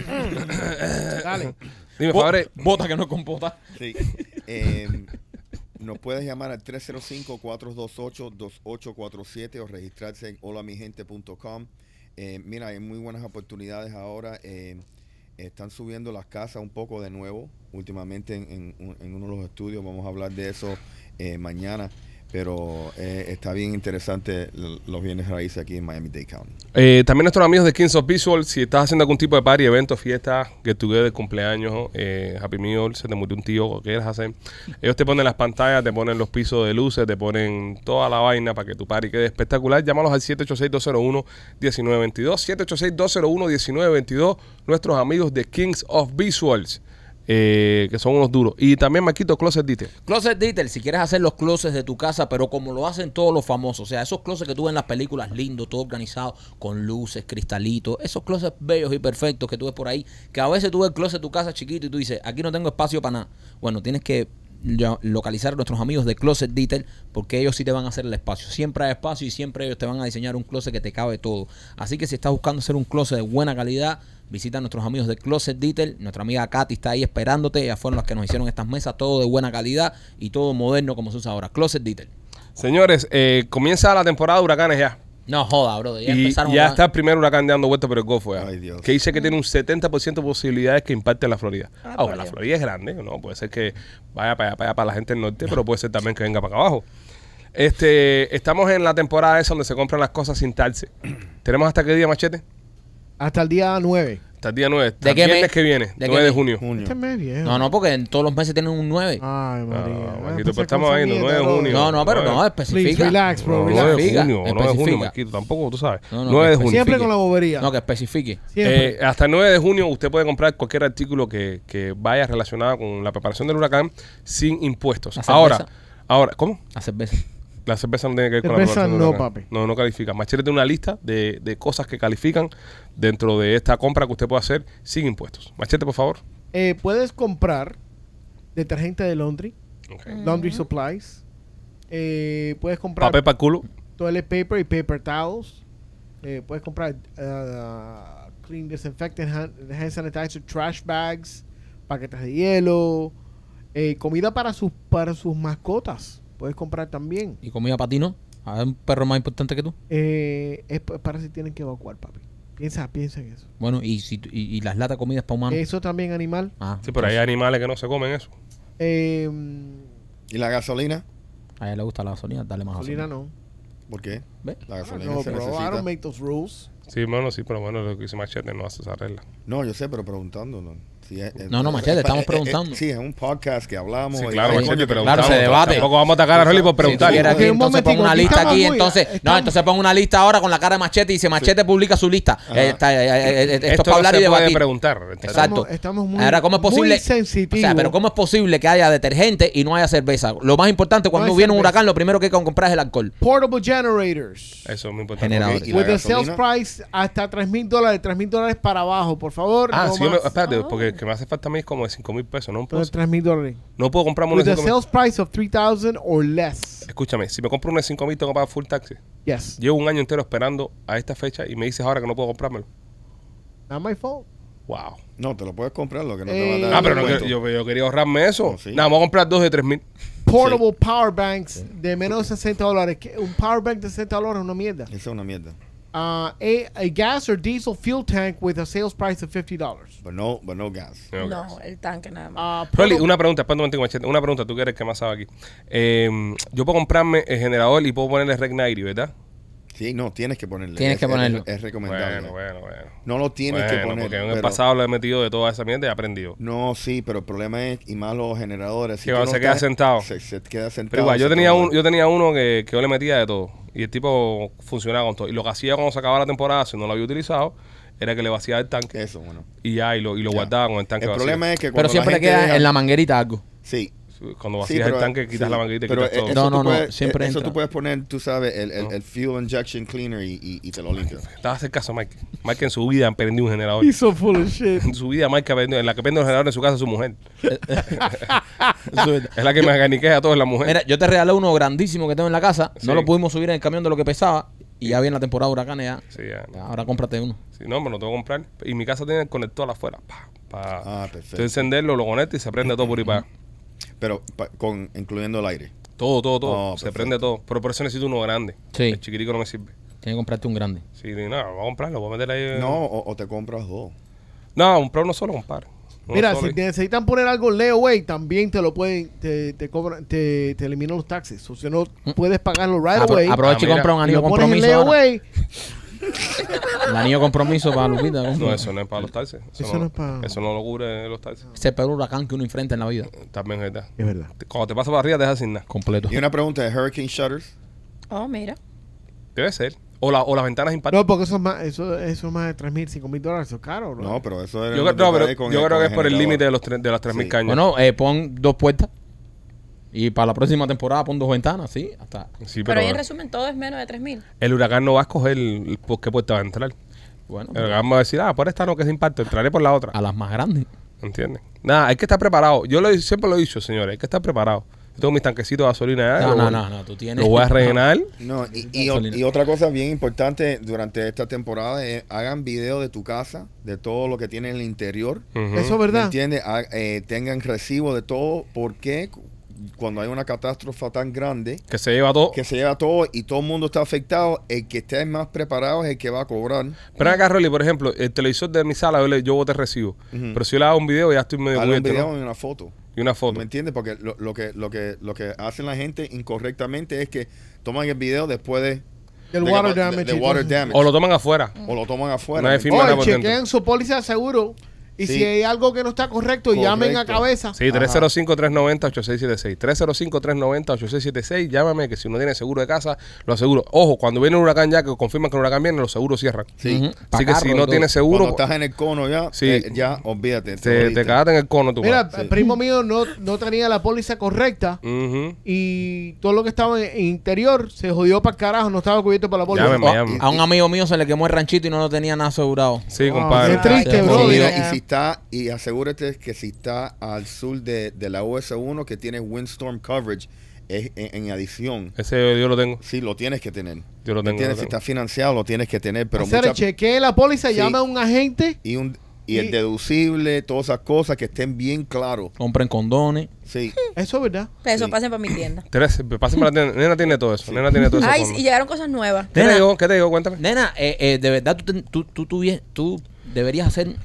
E: Dale.
C: Dime,
D: Bo-
C: Fabre,
D: Bota que no es compota.
F: Sí. Eh, nos puedes llamar al 305-428-2847 o registrarse en holamigente.com. Eh, mira, hay muy buenas oportunidades ahora. eh, están subiendo las casas un poco de nuevo últimamente en, en- en uno de los estudios. Vamos a hablar de eso eh, mañana. Pero eh, está bien interesante l- los bienes raíces aquí en Miami-Dade County.
C: Eh, también nuestros amigos de Kings of Visual, si estás haciendo algún tipo de party, evento, fiesta, que tuve de cumpleaños, eh, Happy Meal, se te murió un tío, o quieras hacer, ellos te ponen las pantallas, te ponen los pisos de luces, te ponen toda la vaina para que tu party quede espectacular. Llámalos al 786-201-1922, 786-201-1922, nuestros amigos de Kings of Visuals, eh, que son unos duros. Y también Maquito Closet Detail.
D: Closet Detail, si quieres hacer los closets de tu casa, pero como lo hacen todos los famosos, o sea, esos closets que tú ves en las películas, lindos, todo organizado, con luces, cristalitos, esos closets bellos y perfectos que tú ves por ahí, que a veces tú ves el closet de tu casa chiquito y tú dices, aquí no tengo espacio para nada. Bueno, tienes que ya- localizar a nuestros amigos de Closet Detail porque ellos sí te van a hacer el espacio. Siempre hay espacio y siempre ellos te van a diseñar un closet que te cabe todo. Así que si estás buscando hacer un closet de buena calidad, visita a nuestros amigos de Closet Detail. Nuestra amiga Katy está ahí esperándote. Ellas fueron las que nos hicieron estas mesas, todo de buena calidad y todo moderno como se usa ahora. Closet Detail.
C: Señores, eh, comienza la temporada de huracanes ya.
D: No joda, bro. Ya
C: y
D: empezaron
C: ya
D: a-
C: está el primer huracán dando vueltas por el Golfo. ya.
F: Ay, Dios.
C: Que dice que tiene un 70% de posibilidades que impacte en la Florida.
J: Ah,
D: pues,
C: Ahora,
J: por
C: la
J: Dios.
C: Florida es grande, ¿no? Puede ser que vaya para allá, para allá, para la gente del norte, pero puede ser también que venga para acá abajo. Este, estamos en la temporada esa donde se compran las cosas sin tarse. ¿Tenemos hasta qué día, Machete?
E: Hasta el día 9.
C: Hasta el día 9. Hasta
D: ¿De
C: el
D: qué
C: viernes
D: mes?
C: que viene,
D: ¿De qué
C: 9 de
D: mes?
C: junio.
F: Junio.
E: Este mes viejo.
D: No, no, porque en todos los meses tienen un 9.
E: Ay, María.
C: Ah,
E: Ah,
C: Marquito, pero
E: esa
C: estamos
E: cosa
C: ahí, no,
E: mierda,
C: nueve de
E: bro.
C: junio.
D: no, no, pero no,
C: Please,
E: Please,
D: especifica.
E: relax, bro.
C: No,
E: relax.
C: 9 de
D: Especifica,
C: junio, 9 de junio,
D: especifica.
C: Marquito, tampoco, tú sabes.
D: No, no,
C: 9 de
D: especifica.
C: junio.
E: Siempre con la bobería.
D: No, que especifique.
E: Siempre.
C: Eh, hasta el 9 de junio usted puede comprar cualquier artículo que, que vaya relacionado con la preparación del huracán sin impuestos.
D: La cerveza.
C: Ahora, ahora, ¿cómo?
D: La cerveza.
C: La cerveza no tiene que ver con la
E: Cerveza
C: preparación del
E: no,
C: huracán.
E: papi.
C: No, no califica. Machete tiene una lista de, de cosas que califican dentro de esta compra que usted puede hacer sin impuestos. Machete, por favor.
E: Eh, puedes comprar
C: Mm.
E: detergente de laundry,
C: Ok.
E: laundry supplies. Eh, puedes comprar
C: Mm. Papel para el culo.
E: toilet paper y paper towels. Eh, puedes comprar ah, clean disinfectant, hand, hand sanitizer, trash bags, paquetes de hielo, eh, comida para sus para sus mascotas. Puedes comprar también.
D: ¿Y comida para ti no? ¿Hay un perro más importante que tú?
E: Eh, es pa- para si tienen que evacuar, papi. Piensa, piensa en eso.
D: Bueno, ¿y, si, tú- y, y las latas de comida es para humanos?
E: Eso también animal.
D: Ah,
C: Sí, pero hay animales que no se comen eso.
E: Eh,
F: ¿Y la gasolina?
D: A ella le gusta la gasolina, dale más
E: gasolina
D: gasolina.
E: no.
F: ¿Por qué?
D: ¿Ve?
F: La gasolina
E: Ah, No,
F: se
E: bro, I
F: necesita.
E: don't make those rules.
C: Sí, bueno, sí, pero bueno, lo que dice Machete no hace esa regla.
F: No, yo sé, pero preguntándolo. Si es- es-
D: No, no,
F: es-
D: Machete,
F: es-
D: estamos
F: es- es-
D: preguntando.
F: Sí, es un podcast que hablamos.
C: Sí,
F: y-
C: claro,
F: Ay,
C: Machete,
F: coño,
C: pero
D: claro, se
C: tampoco-
D: debate.
C: Tampoco vamos a atacar a Rolly por
D: Si
C: preguntarle.
D: estuviera
E: Dale.
D: aquí,
E: Ok, un
D: entonces
E: momentico,
D: pon una
E: aquí
D: lista
E: estamos
D: aquí,
E: muy-
D: entonces. No,
E: estamos-
D: entonces pon una lista ahora con la cara de Machete y dice, Machete publica su lista. Eh, está, eh, eh, eh, esto es para
C: no
D: hablar
C: se
D: y
C: puede
D: debatir.
C: preguntar.
D: Exacto.
E: Estamos- estamos muy-
D: Ahora, ¿cómo es
E: muy
D: posible?
E: sensitivos.
D: O sea, pero ¿cómo es posible que haya detergente y no haya cerveza? Lo más importante, cuando
E: hay
D: viene un
E: cerveza.
D: huracán, lo primero que hay que comprar es el alcohol.
E: Portable generators.
C: Eso es muy importante.
D: Generador.
F: Ok,
D: Ahora.
F: ¿y la
E: With the sales
F: gasolina?
E: price hasta 3 mil dólares, 3 mil dólares para abajo, por favor.
C: Ah,
E: no
C: sí, yo me,
E: más.
C: espérate, porque el que me hace falta a mí es como de 5 mil pesos, no un plus.
E: Entonces, 3 mil dólares.
C: No puedo comprarme uno
E: With
C: de
E: the
C: 5 mil.
E: sales price of 3,000 or less.
C: Escúchame, si me compro uno de 5 mil, tengo que pagar full taxi.
E: Yes.
C: Llevo un año entero esperando a esta fecha y me dices ahora que no puedo comprármelo.
E: Not my fault.
C: Wow.
F: No, te lo puedes comprar, lo que no te
E: Eh,
F: va a dar.
C: Ah, pero no,
F: descuento.
C: quiero- yo, yo quería ahorrarme eso.
F: Oh, sí.
C: Nada, vamos a comprar dos de 3 mil.
E: Portable power banks de menos de 60 dólares. ¿Qué? Un power bank de 60 dólares es una mierda.
F: Esa es una mierda.
E: Ah, a, a gas or diesel fuel tank with a sales price of 50 dólares.
F: But no, but no gas.
J: No, el tanque nada más.
E: Ah,
C: Rolly,
E: portable-
C: una pregunta, espérate un momentico, machete. Una pregunta, tú que eres el que más sabe aquí. Eh, yo puedo comprarme el generador y puedo ponerle Rec 90, ¿verdad?
F: Sí, no, tienes que ponerle.
D: Tienes
F: Es-
D: que
F: es-
D: ponerlo.
F: Es, recomendable.
C: Bueno, bueno, bueno.
F: No lo tienes
C: Bueno,
F: que poner.
C: porque en el
F: pero-
C: pasado lo he metido de toda esa mierda y he aprendido.
F: No, sí, pero el problema es, y más los generadores.
C: Que
F: tú
C: cuando
F: no
C: se queda sentado.
F: Se, se queda sentado.
C: Pero igual,
F: se
C: yo
F: te
C: tenía,
F: jode.
C: un, yo tenía uno que, que yo le metía de todo. Y el tipo funcionaba con todo. Y lo que hacía cuando se acababa la temporada, si no lo había utilizado, era que le vaciaba el tanque.
F: Eso, bueno.
C: Y ya, y lo, y lo
F: Ya.
C: guardaba con el tanque
F: El
C: vacío.
F: problema es que cuando
D: Pero
F: la
D: siempre le
F: gente
D: queda
F: deja-
D: en la manguerita algo.
F: Sí.
C: Cuando
F: sí,
C: vacías
F: pero-
C: el tanque, quitas
F: sí,
C: la manguita y
F: pero e,
C: quitas todo.
F: eso
D: No,
F: tú
D: no, no,
F: puedes-
D: siempre
F: Eso
D: entra.
F: tú puedes poner, tú sabes, el, el, el fuel injection cleaner y, y, y te lo limpia.
C: Estaba hacer caso a Mike. Mike en su vida aprendió un generador.
E: He's so full of shit.
C: En su vida Mike aprendió. En la que prende un generador en su casa es su mujer. es la que me a todos la mujer.
D: Mira, yo te regalé uno grandísimo que tengo en la casa.
C: Pues- Sí.
D: No lo pudimos subir en el camión de lo que pesaba. Y ya viene la temporada de huracanes ya.
C: Sí, ya, no.
D: Ahora cómprate uno.
C: Sí, no, me lo tengo que comprar. Y mi casa tiene el conector afuera. Pa, pa.
F: Ah, perfecto.
C: Tú encenderlo, lo conectas y se prende todo por ahí para allá.
F: Pero pa- con, incluyendo el aire.
C: Todo, todo, todo.
F: Oh,
C: se
F: perfecto.
C: prende todo. Pero por eso necesito uno grande.
D: Sí.
C: El chiquitico no me sirve.
D: Tienes que comprarte un grande.
C: Sí, no, voy a comprarlo, voy a meter ahí. eh.
F: No, o, o te compras dos.
C: No, un pro uno solo, compadre. Uno
E: Mira,
C: solo.
E: si te necesitan poner algo layaway, también te lo pueden, te, te cobran, te, te eliminan los taxes. O si no, puedes pagarlo right
D: Mm. Apro-
E: away.
D: aprovecha y
C: Ah, mira.
D: compra un
E: y
D: anillo
E: lo pones en
D: compromiso. ahora.
E: layaway.
D: El anillo compromiso para Lupita.
C: No, eso no es para los taxis. Eso, no, es para... Eso no lo cubre los taxis.
D: Ese peor huracán que uno enfrenta en la vida.
C: También es verdad.
E: Es verdad.
C: Te- Cuando te pasas para arriba, te dejas sin nada.
D: Completo.
F: Y una pregunta de Hurricane Shutters.
H: Oh, mira.
C: Debe ser. O, la, o las ventanas impactadas.
E: No, porque eso es más, eso, eso es más de 3 mil, 5 mil dólares. Eso es caro, bro.
F: No, pero eso era
C: yo
F: lo
C: creo, no,
F: trae
C: pero
F: con
C: yo
F: el-
C: creo
F: con
C: que es por el
F: generador.
C: límite de, los tre- de las 3.000
F: Sí.
C: cañas.
D: Bueno, eh, pon dos puertas. Y para la próxima temporada pon dos ventanas, sí. Hasta.
C: sí,
H: Pero
C: pero,
H: ahí en resumen todo es menos de 3.000.
C: el huracán no va a escoger el- por qué puerta va a entrar.
D: Bueno,
C: El huracán va a decir, ah, por esta no que es impacto, entraré por la otra.
D: a las más grandes.
C: ¿Entiendes? Nada, hay que estar preparado. Yo lo, he- siempre lo he dicho, señores, hay que estar preparado. Yo tengo mis tanquecitos de gasolina. allá,
D: No,
C: lo
D: no,
C: voy-
D: no, no, tú tienes-
C: Lo voy a rellenar.
F: No, y, y o- y otra cosa bien importante durante esta temporada es hagan video de tu casa, de todo lo que tiene en el interior.
C: Ujú.
E: Eso es
F: ¿Me
E: verdad.
F: entiendes? Ha- eh, tengan recibo de todo, porque cu- cuando hay una catástrofe tan grande
C: Que se lleva todo.
F: que se lleva todo y todo el mundo está afectado, el que esté más preparado es el que va a cobrar.
C: Pero acá, Rolly, por ejemplo, el televisor de mi sala, yo, le- yo te recibo. Pero si yo le hago un video, ya estoy medio
F: Hazle un
C: cubierto,
F: video
C: ¿no?
F: y una foto.
C: Y una foto.
F: ¿Me entiendes? Porque lo, lo que, lo, que, lo que hacen la gente incorrectamente es que toman el video después de...
E: Del
F: de-
E: water
F: de-
E: damage
F: de
E: y todo
F: water
E: eso.
F: damage.
C: O lo toman afuera.
F: O lo toman
C: No
F: afuera.
C: hay
F: ¿me
C: firma
E: Oye,
F: entiendes?
C: por dentro.
E: chequeen su póliza de seguro. Y
F: Sí.
E: si hay algo que no está correcto, llamen a
F: Correcto.
E: cabeza.
C: Sí, 305-390-8676. 305-390-8676. Llámame que si uno tiene seguro de casa, lo aseguro. Ojo, cuando viene un huracán ya que confirman que el huracán viene, los seguros cierran.
F: Sí.
D: Ujú. Pa'
C: Así que
D: carro
C: si
D: y
C: no
D: todo.
C: tienes
F: Cuando
C: seguro,
F: estás en el cono ya,
C: Sí.
F: eh, ya olvídate.
C: te,
F: moriste.
C: te cagaste en el cono tú.
E: Mira,
C: pa.
E: el primo mío no, no tenía la póliza correcta.
C: Ujú.
E: Y todo lo que estaba en en interior se jodió para carajo. No estaba cubierto por la póliza.
C: Llámeme,
D: O-
C: llámeme.
D: a un amigo mío se le quemó el ranchito y no lo tenía nada asegurado.
C: Sí,
E: Ah,
C: compadre.
E: qué triste,
F: Y
E: bro.
D: Sí,
F: mira,
E: Mira.
F: y si está, y asegúrate que si está al sur de, de la US1 que tiene windstorm coverage es en, en adición.
C: Ese yo lo tengo.
F: Sí, lo tienes que tener.
C: Yo lo
F: ¿Me
C: tengo,
F: entiendes?
C: lo
F: Si
C: tengo.
F: está financiado, lo tienes que tener. Pero
E: Hacer el
F: muchas-
E: chequee la póliza,
F: Sí.
E: llama a un agente.
F: y, un, y el
E: y-
F: deducible, todas esas cosas que estén bien claros.
D: Compren condones.
F: Sí.
E: Eso es verdad.
H: Pero eso
F: Sí.
H: pasa para mi tienda.
C: Tres, pásenme la nena, nena tiene todo eso. Nena tiene todo eso.
H: Ay,
C: conmigo.
H: y llegaron cosas nuevas.
C: ¿Qué te digo? ¿Qué te digo? Cuéntame.
D: Nena, eh, eh, de verdad tú, ten- tú, tú, tuvie- tú deberías hacer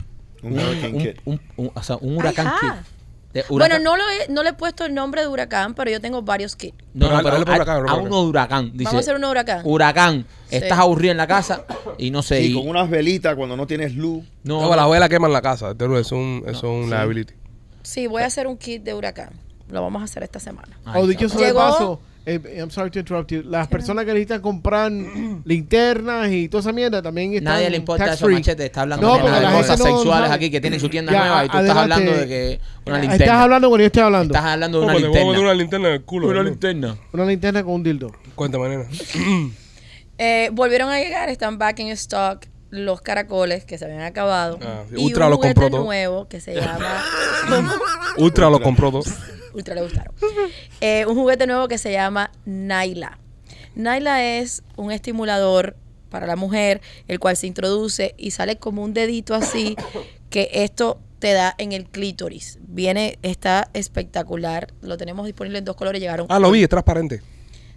F: Un hurricane
D: un,
F: kit.
D: un- un- o sea, un huracán
H: Ajá.
D: kit. De
H: ah. Bueno,
D: huracán-
H: no, lo he- no le he puesto el nombre de huracán, pero yo tengo varios kits.
D: No,
C: Pero
D: no,
C: al-
D: pero
C: hazlo por
D: a,
C: huracán, hazlo
D: a
C: por
D: uno de huracán. Dice,
H: Vamos a hacer un huracán.
D: Huracán,
H: Sí.
D: estás aburrido en la casa y no sé.
F: Sí,
D: y-
F: con unas velitas cuando no tienes luz.
D: no,
C: No, la abuela quema en la casa. Eso es un, eso es un liability.
H: Sí, voy a hacer un kit de huracán. Lo vamos a hacer esta semana.
D: Ay,
E: o dicho
H: cabrón.
E: sobre
H: Llegó-
E: paso, eh, I'm sorry to interrupt you. Las personas que necesitan comprar linternas y toda esa mierda también están
D: Nadie le importa
E: tax
D: eso,
E: free.
D: machete. Está hablando
E: No,
D: nena,
E: porque
D: de
E: la
D: cosas
E: gente no
D: sexuales
E: sabe.
D: aquí que tienen su tienda
E: Ya,
D: nueva y tú
E: adelante.
D: estás hablando de que una linterna.
E: Estás hablando cuando yo estoy hablando.
D: Estás hablando de una
C: Ojo, le voy a poner
D: linterna.
C: una linterna en el culo.
D: Una
C: ¿no?
D: linterna.
E: Una linterna con un dildo.
C: Cuéntame, nena.
H: Eh, volvieron a llegar, están back in stock los caracoles que se habían acabado.
C: Ah, sí,
H: y
C: Ultra
H: un
C: los
H: juguete
C: compró todo.
H: nuevo que se llama...
C: Ultra lo compró todo.
H: Ultra le gustaron. Eh, un juguete nuevo que se llama Naila. Naila es un estimulador para la mujer, el cual se introduce y sale como un dedito así, que esto te da en el clítoris. Viene, está espectacular. Lo tenemos disponible en dos colores. Llegaron.
C: Ah, lo vi, es transparente.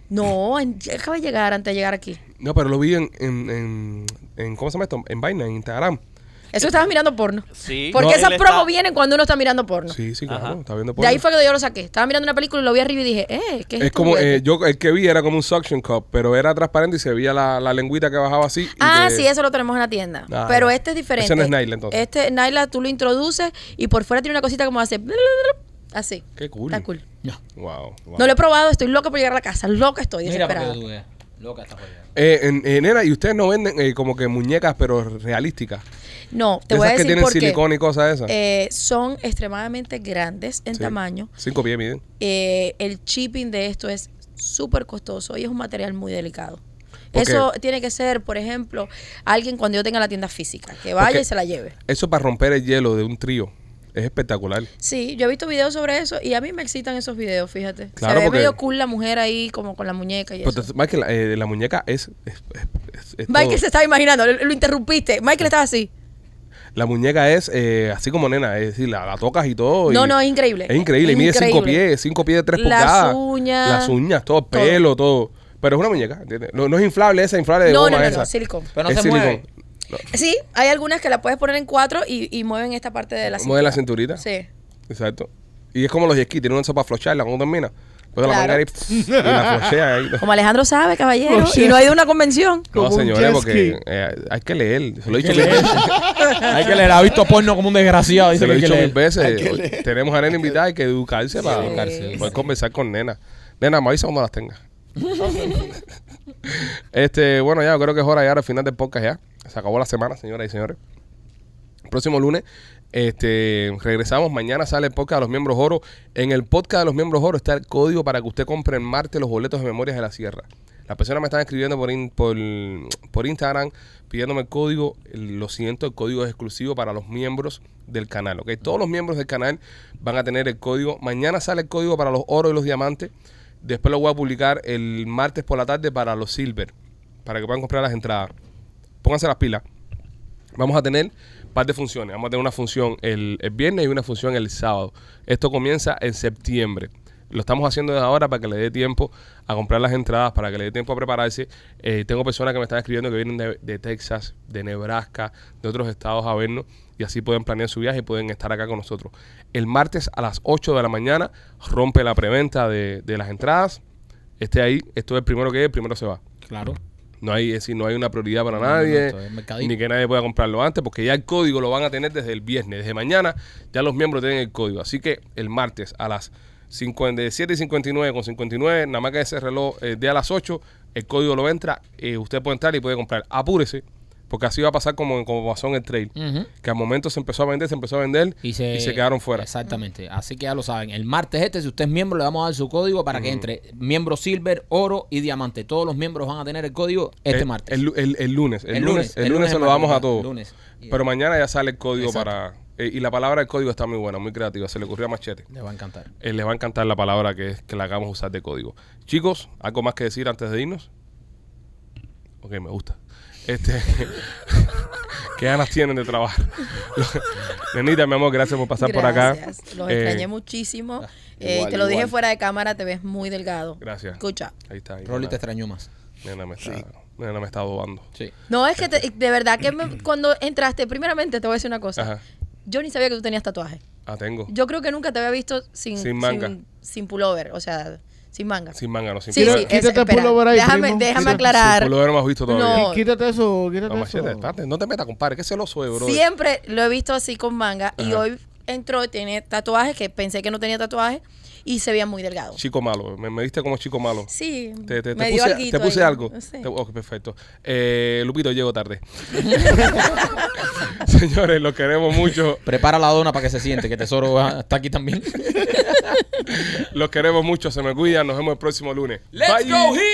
H: No, en- acaba de llegar antes de llegar aquí.
C: No, pero lo vi en, en, en, en- ¿cómo se llama esto? En vaina, en Instagram.
H: Eso estabas mirando porno.
G: Sí.
H: Porque
G: No,
H: esas
G: él
H: promos
G: está-
H: vienen cuando uno está mirando porno.
C: Sí, sí, claro.
G: Ajá.
C: Está viendo
H: De
C: porno.
H: ahí fue que yo lo saqué. Estaba mirando una película y lo vi arriba y dije, eh, ¿qué es,
C: Es
H: este
C: como,
H: juguete?
C: eh, yo el que vi era como un suction cup, pero era transparente y se veía la, la lengüita que bajaba así. y
H: Ah,
C: que-
H: sí, eso lo tenemos en la tienda.
C: Ah,
H: pero
C: ya.
H: este es diferente.
C: Ese no es Naila, entonces.
H: Este Naila tú lo introduces y por fuera tiene una cosita como hace. Así.
C: Qué cool.
H: Está cool.
C: Wow.
H: No lo he probado, estoy loca por llegar a la casa. Loca estoy,
D: Mira para
H: desesperada.
D: que tú veas. Loca está jodida.
C: Eh, en- eh, nena, y ustedes no venden eh, como que muñecas, pero realísticas.
H: No, te
C: De
H: voy a
C: esas que
H: decir
C: tienen
H: por qué.
C: silicón y cosas esas.
H: Eh, son extremadamente grandes en
C: Sí.
H: tamaño.
C: Cinco pies miden.
H: Eh, el shipping de esto es súper costoso y es un material muy delicado.
C: Porque-
H: Eso tiene que ser, por ejemplo, alguien cuando yo tenga la tienda física, que vaya
C: Porque-
H: y se la lleve.
C: Eso para romper el hielo de un trío. Es espectacular.
H: Sí, yo he visto videos sobre eso y a mí me excitan esos videos, fíjate.
C: Claro,
H: Se ve
C: porque-
H: medio cool la mujer ahí como con la muñeca y
C: Pero
H: eso.
C: te- Michael, eh, la muñeca es. es- es- es
H: Michael
C: todo.
H: se estaba imaginando, lo, lo interrumpiste. Michael estaba así.
C: La muñeca es eh, así como nena, es decir, la, la tocas y todo. y-
H: No, no, es increíble.
C: Es increíble, y mide
H: Increíble.
C: cinco pies, cinco pies de tres
H: Las
C: pulgadas.
H: uñas.
C: Las uñas, todo, el pelo, todo. Pero es una muñeca, ¿entiendes? No, no es inflable esa, inflable de
H: No,
C: goma
H: no, no,
C: esa.
H: no, silicón.
D: Pero no
C: Es
D: se
C: silicón.
D: mueve.
J: Sí, hay algunas que la puedes poner en cuatro y, y mueven esta parte de la cintura.
C: Mueve la cinturita.
J: Sí.
C: Exacto. Y es como los jet skis, tienen una sopa flocharla cuando termina. Pues la
J: Claro.
C: manguera y, pss, y la flochea ahí.
J: Como Alejandro sabe, caballero,
E: Oh,
J: y no ha ido a una convención.
C: No,
E: Como un
C: señores,
E: jet
C: porque
E: ski.
C: eh, hay que leer. Se lo he dicho mil
I: leer. Hay que leer, ha visto porno como un desgraciado. Dice
C: Se lo
I: que
C: he
I: hay que
C: dicho mil
I: leer.
C: veces. Hoy Tenemos a nena invitada, hay que educarse para
J: educarse.
C: poder conversar con nena. Nena, me avisa cuando las tenga. este, bueno, ya, creo que es hora de llegar al final del podcast ya. Se acabó la semana, señoras y señores. Próximo lunes, este, regresamos. Mañana sale el podcast de los miembros oro. En el podcast de los miembros oro está el código para que usted compre en Marte los boletos de Memorias de la Sierra. Las personas me están escribiendo por, in- por, por Instagram pidiéndome el código. Lo siento, el código es exclusivo para los miembros del canal. ¿ok? Todos los miembros del canal van a tener el código. Mañana sale el código para los oro y los diamantes. Después lo voy a publicar el martes por la tarde para los silver. Para que puedan comprar las entradas. Pónganse las pilas vamos a tener par de funciones. Vamos a tener una función el, el viernes y una función el sábado. Esto comienza en septiembre. Lo estamos haciendo desde ahora para que le dé tiempo a comprar las entradas, para que le dé tiempo a prepararse. Eh, tengo personas que me están escribiendo que vienen de, de Texas, de Nebraska, de otros estados a vernos y así pueden planear su viaje y pueden estar acá con nosotros. El martes a las 8 de la mañana rompe la preventa de, de las entradas. Esté ahí, esto es el primero que es, el primero se va.
D: Claro.
C: No hay, es decir, no hay una prioridad para
D: No, no, no,
C: nadie,
D: esto es mercadito.
C: ni que nadie pueda comprarlo antes, porque ya el código lo van a tener desde el viernes, desde mañana ya los miembros tienen el código. Así que el martes a las 57 y 59 con 59, nada más que ese reloj eh, de a las 8, el código lo entra, eh, usted puede entrar y puede comprar. Apúrese, porque así va a pasar como, como pasó en el trail,
D: Ujú.
C: que al momento se empezó a vender, se empezó a vender y se, quedaron fuera.
D: Exactamente. Así que ya lo saben. El martes este, si usted es miembro, le vamos a dar su código para que entre miembro silver, oro y diamante. Todos los miembros van a tener el código este
C: Eh, El-
D: martes.
C: El, el- el lunes. El,
D: El
C: lunes,
D: lunes,
C: el
D: el
C: lunes
D: lunes
C: se
D: en
C: lo damos a
D: madrugada,
C: todos.
D: lunes.
C: Pero mañana ya sale el código
D: Exacto.
C: para. eh, y la palabra del código está muy buena, muy creativa. Se le ocurrió a Machete.
D: Le va a encantar.
C: Eh, les va a encantar la palabra que, es- que la hagamos usar de código. Chicos, ¿algo más que decir antes de irnos? Ok, me gusta. Este, ¿Qué ganas tienen de trabajar? Nenita, mi amor, gracias por pasar por acá.
J: Los
C: Eh,
J: extrañé muchísimo. Eh,
F: Igual,
J: te lo dije
F: igual.
J: fuera de cámara, te ves muy delgado.
C: Gracias.
J: Escucha.
C: Ahí está. ahí
D: Rolly te
C: está.
D: extrañó más.
C: Nena me está, nena me está adobando.
D: Sí.
J: No, es que te- de verdad que me- cuando entraste, primeramente te voy a decir una cosa.
C: Ajá.
J: Yo ni sabía que tú tenías tatuaje.
C: Ah, tengo.
J: Yo creo que nunca te había visto sin,
C: Sin manga.
J: sin, sin pullover, o sea, sin manga.
C: Sin manga, no sin
J: sí, sí,
C: pullover.
J: es-
E: Quítate el
J: espera,
E: pullover ahí,
J: déjame,
E: primo.
J: déjame
E: Quítate-
J: aclarar.
C: Pullover no me has visto todavía.
J: No.
E: Quítate eso, quítate
C: No, machete,
E: eso.
C: espérate, no te metas, compadre, que celoso es, bro.
J: Siempre lo he visto así con manga y
C: Ajá.
J: hoy entró y tiene tatuajes que pensé que no tenía tatuajes y se veía muy delgado.
C: Chico malo, me, me diste como chico malo.
J: Sí,
C: Te, te- te
J: me dio
C: puse,
J: alguito
C: te puse
J: ahí,
C: algo.
J: no sé.
C: Te- ok, perfecto. Eh, Lupito, llego tarde. Señores, los queremos mucho.
D: Prepara la dona para que se siente, que Tesoro va- está aquí también.
C: Los queremos mucho. Se me cuidan. Nos vemos el próximo lunes.
I: Let's
C: Bye.
I: go here.